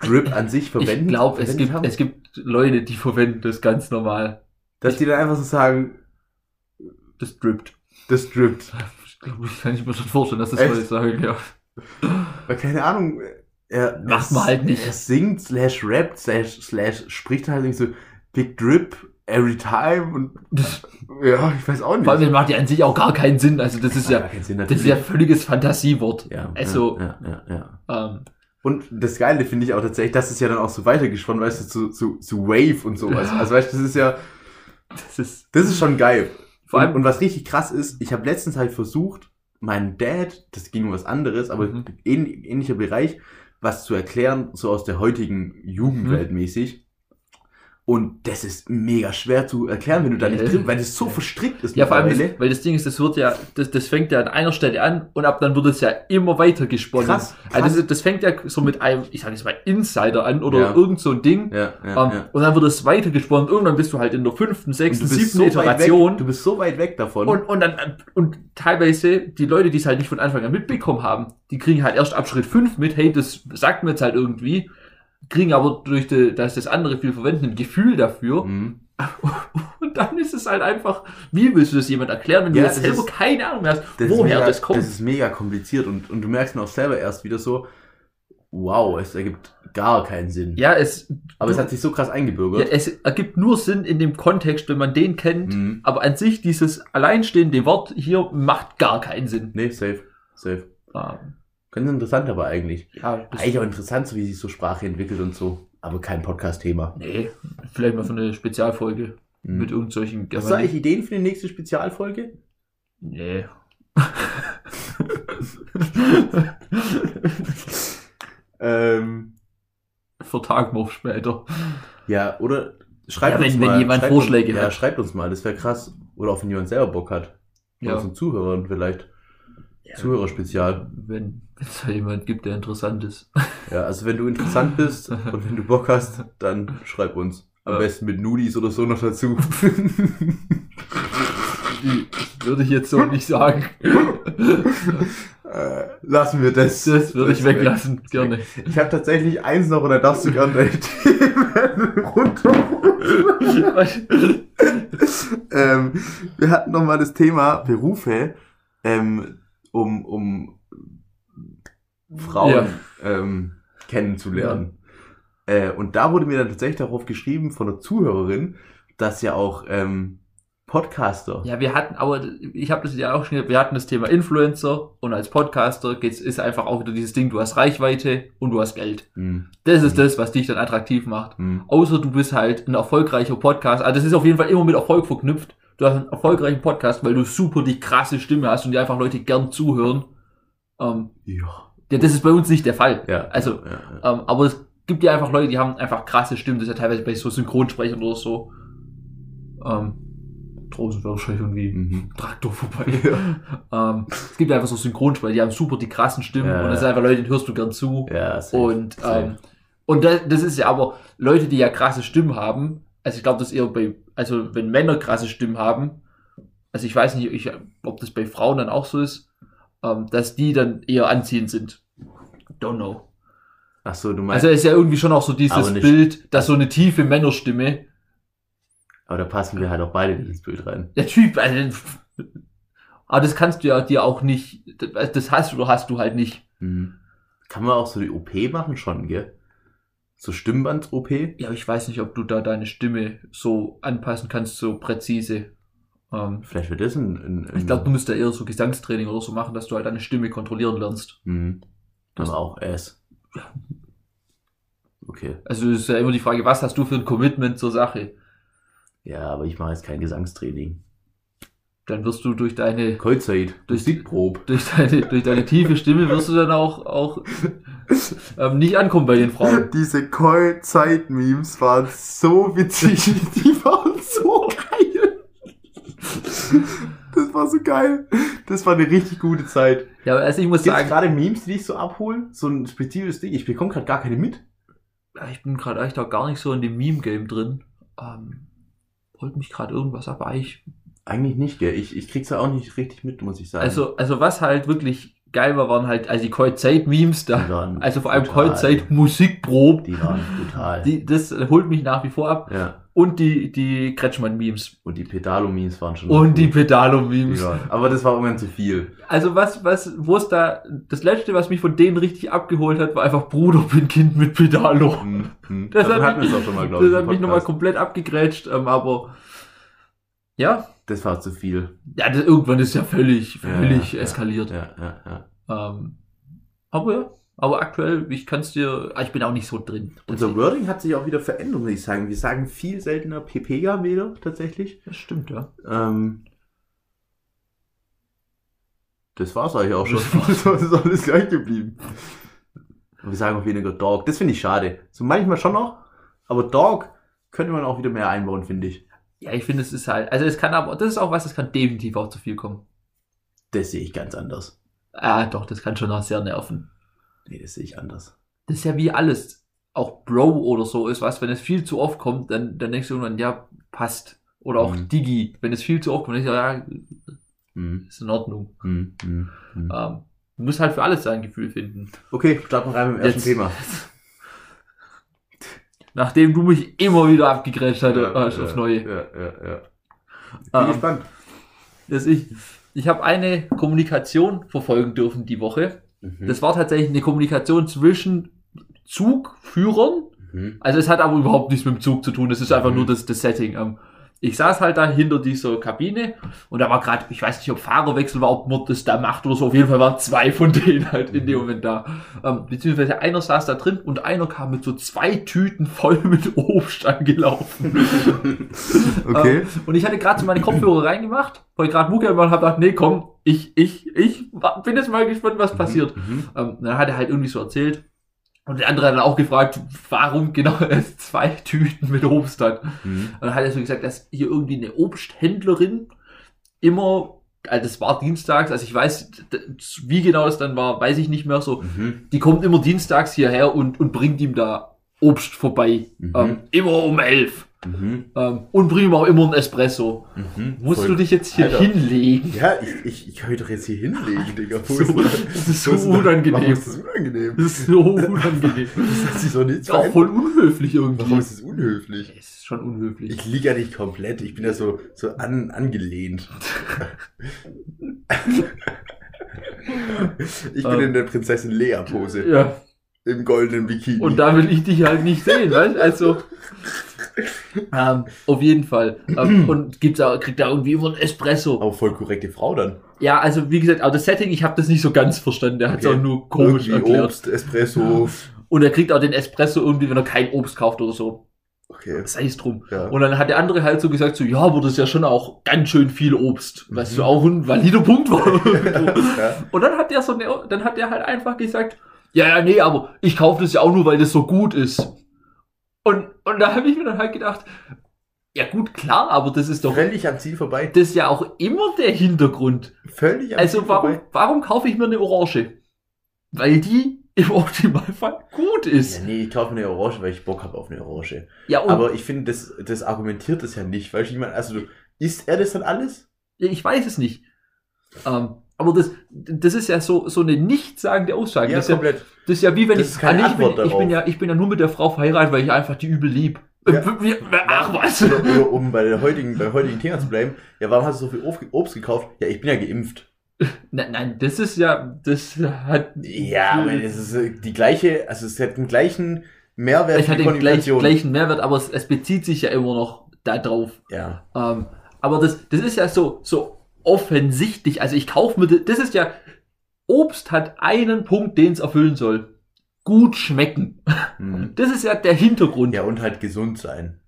Speaker 1: Drip an sich verwenden?
Speaker 2: ich glaube, es
Speaker 1: verwendet
Speaker 2: gibt,
Speaker 1: haben?
Speaker 2: es gibt Leute, die verwenden das ganz normal.
Speaker 1: dass die dann einfach so sagen,
Speaker 2: Das drippt.
Speaker 1: Das drippt.
Speaker 2: Ich glaube, ich kann ich mir schon vorstellen, dass das
Speaker 1: Echt?
Speaker 2: Leute sagen, ja.
Speaker 1: Weil keine Ahnung, äh, er,
Speaker 2: Macht
Speaker 1: er-
Speaker 2: man halt nicht.
Speaker 1: Er singt, slash rappt, slash, slash spricht halt nicht so Big Drip every time und
Speaker 2: Das,
Speaker 1: ja, ich weiß auch nicht.
Speaker 2: Vor allem das macht ja an sich auch gar keinen Sinn. Also das ist
Speaker 1: ja,
Speaker 2: ja,
Speaker 1: keinen Sinn,
Speaker 2: das ist ja völliges Fantasiewort.
Speaker 1: ja,
Speaker 2: also-
Speaker 1: ja, ja, ja, ja.
Speaker 2: Ähm,
Speaker 1: Und das Geile finde ich auch tatsächlich, das ist ja dann auch so weitergesponnen, weißt du, zu, zu, zu Wave und so. Also, also weißt du, das ist ja,
Speaker 2: das ist
Speaker 1: das ist schon geil.
Speaker 2: vor allem
Speaker 1: und, und was richtig krass ist, ich habe letztens halt versucht, meinem Dad, das ging um was anderes, aber
Speaker 2: Mhm.
Speaker 1: ähn, ähnlicher Bereich, was zu erklären, so aus der heutigen Jugendwelt
Speaker 2: Mhm.
Speaker 1: mäßig. Und das ist mega schwer zu erklären, wenn du da nicht
Speaker 2: Äh.
Speaker 1: drin, weil das so verstrickt ist.
Speaker 2: ja vor allem,
Speaker 1: mittlerweile.
Speaker 2: das, weil das Ding ist, das wird ja, das, das fängt ja an einer Stelle an und ab dann wird es ja immer weiter gesponnen.
Speaker 1: Krass, krass.
Speaker 2: Also das, das fängt ja so mit einem, ich sage jetzt mal Insider an oder
Speaker 1: Ja.
Speaker 2: irgend so ein Ding.
Speaker 1: ja, ja,
Speaker 2: ähm,
Speaker 1: ja.
Speaker 2: Und dann wird es weiter gesponnen. Irgendwann bist du halt in der fünften,
Speaker 1: Und du,
Speaker 2: sechsten,
Speaker 1: bist
Speaker 2: siebten
Speaker 1: so weit weg, du
Speaker 2: Iteration.
Speaker 1: bist so weit weg davon.
Speaker 2: Und, und dann und teilweise die Leute, die es halt nicht von Anfang an mitbekommen haben, die kriegen halt erst ab Schritt 5 mit, hey, das sagt mir jetzt halt irgendwie, kriegen aber durch die, dass das andere viel verwenden, ein Gefühl dafür.
Speaker 1: Mhm.
Speaker 2: Und dann ist es halt einfach, wie willst du das jemand erklären, wenn
Speaker 1: Ja,
Speaker 2: du jetzt
Speaker 1: das
Speaker 2: selber
Speaker 1: ist-
Speaker 2: keine Ahnung mehr hast,
Speaker 1: Das ist
Speaker 2: woher
Speaker 1: mega,
Speaker 2: das kommt.
Speaker 1: Das ist mega kompliziert und, und du merkst dann auch selber erst wieder so, wow, es ergibt gar keinen Sinn.
Speaker 2: ja, es,
Speaker 1: Aber es hat sich so krass
Speaker 2: ja,
Speaker 1: eingebürgert.
Speaker 2: es ergibt nur Sinn in dem Kontext, wenn man den kennt.
Speaker 1: Mhm.
Speaker 2: Aber an sich, dieses alleinstehende Wort hier macht gar keinen Sinn.
Speaker 1: Nee, safe, safe.
Speaker 2: Ähm,
Speaker 1: Ganz interessant aber eigentlich.
Speaker 2: Ja, das-
Speaker 1: Eigentlich auch interessant, so wie sich so Sprache entwickelt und so. Aber kein Podcast-Thema.
Speaker 2: nee, vielleicht mal für eine Spezialfolge mit
Speaker 1: Mhm.
Speaker 2: irgendwelchen
Speaker 1: Hast du eigentlich Ideen für die nächste Spezialfolge?
Speaker 2: Nee.
Speaker 1: Ähm,
Speaker 2: Vertagen wir auf später.
Speaker 1: ja, oder schreibt
Speaker 2: Ja, wenn-
Speaker 1: uns
Speaker 2: wenn
Speaker 1: mal.
Speaker 2: jemand
Speaker 1: schreibt
Speaker 2: Vorschläge
Speaker 1: uns, Ja,
Speaker 2: hat.
Speaker 1: schreibt uns mal, das wäre krass. Oder auch wenn jemand selber Bock hat. Ja. Oder
Speaker 2: Ja.
Speaker 1: zum Zuhörern vielleicht.
Speaker 2: Ja.
Speaker 1: Zuhörerspezial.
Speaker 2: Wenn wenn es da jemand gibt, der interessant ist.
Speaker 1: Ja, also wenn du interessant bist und wenn du Bock hast, dann schreib uns. Am
Speaker 2: Ja.
Speaker 1: besten mit Nudis oder so noch dazu.
Speaker 2: Würde ich jetzt so nicht sagen.
Speaker 1: äh, lassen wir das.
Speaker 2: Das würde ich
Speaker 1: weg.
Speaker 2: weglassen, gerne.
Speaker 1: Ich habe tatsächlich eins noch und da darfst du gerne deine Themen runter. ähm, wir hatten nochmal das Thema Berufe, ähm, um, um Frauen
Speaker 2: Ja.
Speaker 1: ähm, kennenzulernen. Äh, und da wurde mir dann tatsächlich darauf geschrieben von einer Zuhörerin, dass ja auch ähm, Podcaster.
Speaker 2: Ja, wir hatten, aber ich habe das ja auch schon gesagt, wir hatten das Thema Influencer und als Podcaster geht's, ist einfach auch wieder dieses Ding, du hast Reichweite und du hast Geld.
Speaker 1: Mhm.
Speaker 2: Das ist
Speaker 1: Mhm.
Speaker 2: das, was dich dann attraktiv macht.
Speaker 1: Mhm.
Speaker 2: Außer du bist halt ein erfolgreicher Podcast. Also das ist auf jeden Fall immer mit Erfolg verknüpft. Du hast einen erfolgreichen Podcast, weil du super die krasse Stimme hast und die einfach Leute gern zuhören. Ähm,
Speaker 1: Ja.
Speaker 2: ja, das ist bei uns nicht der Fall.
Speaker 1: Ja.
Speaker 2: Also,
Speaker 1: ja, ja.
Speaker 2: ähm, aber es gibt ja einfach Leute, die haben einfach krasse Stimmen. Das ist ja teilweise bei so Synchronsprechern oder so. Ähm, draußen wäre wahrscheinlich irgendwie
Speaker 1: Mhm.
Speaker 2: Traktor vorbei. ähm, es gibt einfach so Synchronsprecher, die haben super die krassen Stimmen
Speaker 1: Ja,
Speaker 2: und es
Speaker 1: ja.
Speaker 2: sind einfach Leute, die hörst du gern zu.
Speaker 1: Ja, safe.
Speaker 2: und
Speaker 1: safe.
Speaker 2: ähm, und das, das ist ja aber Leute, die ja krasse Stimmen haben. Also ich glaube, dass eher bei, also wenn Männer krasse Stimmen haben, also ich weiß nicht, ich, ob das bei Frauen dann auch so ist, ähm, dass die dann eher anziehend sind. Don't know.
Speaker 1: Ach so, du meinst,
Speaker 2: Also es ist ja irgendwie schon auch so
Speaker 1: Aber
Speaker 2: dieses
Speaker 1: nicht-
Speaker 2: Bild, dass so eine tiefe Männerstimme,
Speaker 1: aber da passen wir halt auch beide nicht ins Bild rein.
Speaker 2: der Typ, also, aber das kannst du ja dir auch nicht, das hast du, hast du halt nicht.
Speaker 1: Mhm. Kann man auch so die OP machen schon, gell? So Stimmbands-OP?
Speaker 2: Ja, aber ich weiß nicht, ob du da deine Stimme so anpassen kannst, so präzise. Ähm,
Speaker 1: Vielleicht wird das ein... ein, ein
Speaker 2: ich glaube, du müsst da eher so Gesangstraining oder so machen, dass du halt deine Stimme kontrollieren lernst.
Speaker 1: Mhm. Aber auch S. Okay.
Speaker 2: Also es ist ja immer die Frage, was hast du für ein Commitment zur Sache?
Speaker 1: Ja, aber ich mache jetzt kein Gesangstraining.
Speaker 2: Dann wirst du durch deine,
Speaker 1: Kreuzheit.
Speaker 2: Durch-
Speaker 1: Musikprob.
Speaker 2: durch deine, durch deine tiefe Stimme wirst du dann auch, auch ähm, nicht ankommen bei den Frauen.
Speaker 1: Diese Kreuzeit-Memes waren so witzig. Die waren so geil. Das war so geil. Das war eine richtig gute Zeit.
Speaker 2: Ja, aber also ich muss
Speaker 1: Gibt es
Speaker 2: sagen,
Speaker 1: gerade Memes, die dich so abholen? So ein spezifisches Ding. Ich bekomme gerade gar keine mit.
Speaker 2: ich bin gerade echt auch gar nicht so in dem Meme-Game drin. Ähm, holt mich gerade irgendwas ab, aber ich
Speaker 1: Eigentlich nicht, gell? Ich, ich krieg's ja auch nicht richtig mit, muss ich sagen.
Speaker 2: Also, also was halt wirklich geil war, waren halt, also die Cold-Zeit-Memes da.
Speaker 1: waren
Speaker 2: Also vor allem
Speaker 1: brutal.
Speaker 2: Cold-Zeit-Musikproben.
Speaker 1: Die waren brutal.
Speaker 2: Die, das holt mich nach wie vor ab.
Speaker 1: ja.
Speaker 2: Und die, die Kretschmann-Memes.
Speaker 1: Und die Pedalo-Memes waren schon.
Speaker 2: Und die
Speaker 1: Die
Speaker 2: Pedalo-Memes.
Speaker 1: waren- Aber das war irgendwann zu viel.
Speaker 2: Also was, was, wo es da, das letzte, was mich von denen richtig abgeholt hat, war einfach Bruder, bin Kind mit Pedalo.
Speaker 1: Hm, hm.
Speaker 2: Das
Speaker 1: Davon
Speaker 2: hat
Speaker 1: hatten wir
Speaker 2: mich-
Speaker 1: es auch schon mal, glaube
Speaker 2: Das
Speaker 1: ich.
Speaker 2: hat
Speaker 1: im
Speaker 2: mich nochmal
Speaker 1: Podcast.
Speaker 2: komplett abgegrätscht, ähm, aber ja,
Speaker 1: das war zu viel.
Speaker 2: ja das, irgendwann ist ja völlig,
Speaker 1: Ja,
Speaker 2: völlig
Speaker 1: ja,
Speaker 2: eskaliert.
Speaker 1: Ja, ja, ja.
Speaker 2: Ähm, aber ja, aber aktuell, ich kann es dir, ah, ich bin auch nicht so drin.
Speaker 1: Unser Wording hat sich auch wieder verändert, muss ich sagen. Wir sagen viel seltener PPGA wieder, tatsächlich.
Speaker 2: Das stimmt, ja.
Speaker 1: Ähm, das war's eigentlich auch schon.
Speaker 2: Das war's.
Speaker 1: Das ist alles gleich geblieben. Und wir sagen auch weniger Dog. Das finde ich schade. So manchmal schon noch, aber Dog könnte man auch wieder mehr einbauen, finde ich.
Speaker 2: Ja, ich finde, es ist halt, also es kann aber, das ist auch was, das kann definitiv auch zu viel kommen.
Speaker 1: Das sehe ich ganz anders.
Speaker 2: Ah, doch, das kann schon auch sehr nerven.
Speaker 1: Nee, das sehe ich anders.
Speaker 2: Das ist ja wie alles. Auch Bro oder so ist was, wenn es viel zu oft kommt, dann, dann denkst du irgendwann, ja, passt. Oder auch
Speaker 1: Mhm.
Speaker 2: Digi, wenn es viel zu oft kommt, dann denkst du, ja,
Speaker 1: Hm,
Speaker 2: ist in Ordnung.
Speaker 1: hm, hm, hm.
Speaker 2: Ähm, du musst halt für alles sein Gefühl finden.
Speaker 1: Okay, starten wir rein mit dem ersten
Speaker 2: Jetzt-
Speaker 1: Thema.
Speaker 2: Nachdem du mich immer wieder abgegrätscht hast, hast aufs Neue.
Speaker 1: Ja, ja, ja. Bin
Speaker 2: Ähm,
Speaker 1: gespannt.
Speaker 2: dass ich, ich habe eine Kommunikation verfolgen dürfen die Woche.
Speaker 1: Mhm.
Speaker 2: Das war tatsächlich eine Kommunikation zwischen Zugführern.
Speaker 1: Mhm.
Speaker 2: Also es hat aber überhaupt nichts mit dem Zug zu tun. Es ist einfach
Speaker 1: Mhm.
Speaker 2: nur das, das Setting. Ähm, Ich saß halt da hinter dieser Kabine und da war gerade, ich weiß nicht, ob Fahrerwechsel war, ob man das da macht oder so. Auf jeden Fall waren zwei von denen halt in dem
Speaker 1: Mhm.
Speaker 2: Moment da. Ähm, beziehungsweise einer saß da drin und einer kam mit so zwei Tüten voll mit Obst angelaufen.
Speaker 1: okay.
Speaker 2: Ähm, und ich hatte gerade so meine Kopfhörer reingemacht, wollte gerade Mucke machen und habe gedacht, nee, komm, ich, ich, ich wa- bin jetzt mal gespannt, was passiert.
Speaker 1: Mhm.
Speaker 2: Ähm, dann hat er halt irgendwie so erzählt. Und der andere hat dann auch gefragt, warum genau er zwei Tüten mit Obst hat. Und
Speaker 1: Mhm.
Speaker 2: dann hat er so gesagt, dass hier irgendwie eine Obsthändlerin immer, also das war dienstags, also ich weiß, d- wie genau das dann war, weiß ich nicht mehr so.
Speaker 1: Mhm.
Speaker 2: Die kommt immer dienstags hierher und, und bringt ihm da Obst vorbei.
Speaker 1: Mhm.
Speaker 2: Ähm, immer um elf.
Speaker 1: Mhm.
Speaker 2: Ähm, und bringt ihm auch immer einen Espresso.
Speaker 1: Mhm.
Speaker 2: Musst
Speaker 1: Voll.
Speaker 2: du dich jetzt hier
Speaker 1: Alter.
Speaker 2: hinlegen?
Speaker 1: Ja, ich, ich, ich kann mich doch jetzt hier hinlegen, Digga. Wo
Speaker 2: So-
Speaker 1: ist denn
Speaker 2: das ist so
Speaker 1: wo denn-
Speaker 2: unangenehm.
Speaker 1: Warum ist das unangenehm?
Speaker 2: Das ist so unangenehm.
Speaker 1: Das hat sich doch nichts
Speaker 2: ist auch
Speaker 1: verändert.
Speaker 2: voll unhöflich irgendwie.
Speaker 1: Warum ist das unhöflich?
Speaker 2: Es ist schon unhöflich.
Speaker 1: Ich liege ja nicht komplett, ich bin ja so, so an, angelehnt. ich bin
Speaker 2: Ähm.
Speaker 1: in der Prinzessin Lea-Pose.
Speaker 2: ja,
Speaker 1: Im goldenen Bikini.
Speaker 2: und da will ich dich halt nicht sehen, weißt Also, Ähm, auf jeden Fall. Ähm, und gibt's auch, kriegt da irgendwie immer einen Espresso.
Speaker 1: Aber voll korrekte Frau dann.
Speaker 2: Ja, also wie gesagt, auch das Setting, ich habe das nicht so ganz verstanden. Der hat es
Speaker 1: Okay.
Speaker 2: auch nur komisch
Speaker 1: Irgendwie
Speaker 2: erklärt.
Speaker 1: Obst, Espresso.
Speaker 2: Und er kriegt auch den Espresso irgendwie, wenn er kein Obst kauft oder so.
Speaker 1: Okay.
Speaker 2: Sei es drum.
Speaker 1: Ja.
Speaker 2: Und dann hat der andere halt so gesagt, so, ja, aber das ist ja schon auch ganz schön viel Obst. Was
Speaker 1: Mhm.
Speaker 2: so auch ein valider Punkt war.
Speaker 1: ja.
Speaker 2: Und dann hat der so eine, dann hat der halt einfach gesagt, ja, ja, nee, aber ich kaufe das ja auch nur, weil das so gut ist. Und, und da habe ich mir dann halt gedacht, ja gut, klar, aber das ist doch, das
Speaker 1: Völlig am Ziel vorbei.
Speaker 2: ist ja auch immer der Hintergrund.
Speaker 1: Völlig am
Speaker 2: Also
Speaker 1: Ziel
Speaker 2: warum,
Speaker 1: vorbei.
Speaker 2: warum kaufe ich mir eine Orange? Weil die im Optimalfall gut
Speaker 1: Ja,
Speaker 2: ist.
Speaker 1: nee, ich kaufe eine Orange, weil ich Bock habe auf eine Orange.
Speaker 2: Ja, und
Speaker 1: Aber ich finde, das, das argumentiert das ja nicht. Weil ich meine, also du, isst er das dann alles?
Speaker 2: ja, ich weiß es nicht. Ähm, aber das, das ist ja so, so eine nichtssagende Aussage. das, ist ja,
Speaker 1: komplett.
Speaker 2: das ist ja wie wenn
Speaker 1: Das
Speaker 2: ich,
Speaker 1: ist keine
Speaker 2: ah, nee, ich,
Speaker 1: Antwort
Speaker 2: bin, ich
Speaker 1: darauf.
Speaker 2: bin ja, ich bin ja nur mit der Frau verheiratet, weil ich einfach die übel lieb.
Speaker 1: Ja.
Speaker 2: Wie- Ach was.
Speaker 1: Oder, oder um bei der heutigen, beim heutigen Thema zu bleiben, ja, warum hast du so viel Obst- Obst gekauft? Ja, ich bin ja geimpft.
Speaker 2: Nein, nein, das ist ja, das hat.
Speaker 1: Ja,
Speaker 2: Hm.
Speaker 1: aber es ist äh, die gleiche, also es hat den gleichen Mehrwert
Speaker 2: es hat
Speaker 1: wie
Speaker 2: den gleich,
Speaker 1: Konfrontation.
Speaker 2: gleichen Mehrwert, aber es, es bezieht sich ja immer noch darauf.
Speaker 1: Ja.
Speaker 2: Ähm, aber das, das ist ja so, so offensichtlich. Also ich kaufe mir, das- das ist ja, Obst hat einen Punkt, den es erfüllen soll. Gut schmecken.
Speaker 1: Mhm.
Speaker 2: Das ist ja der Hintergrund.
Speaker 1: Ja, und halt gesund sein.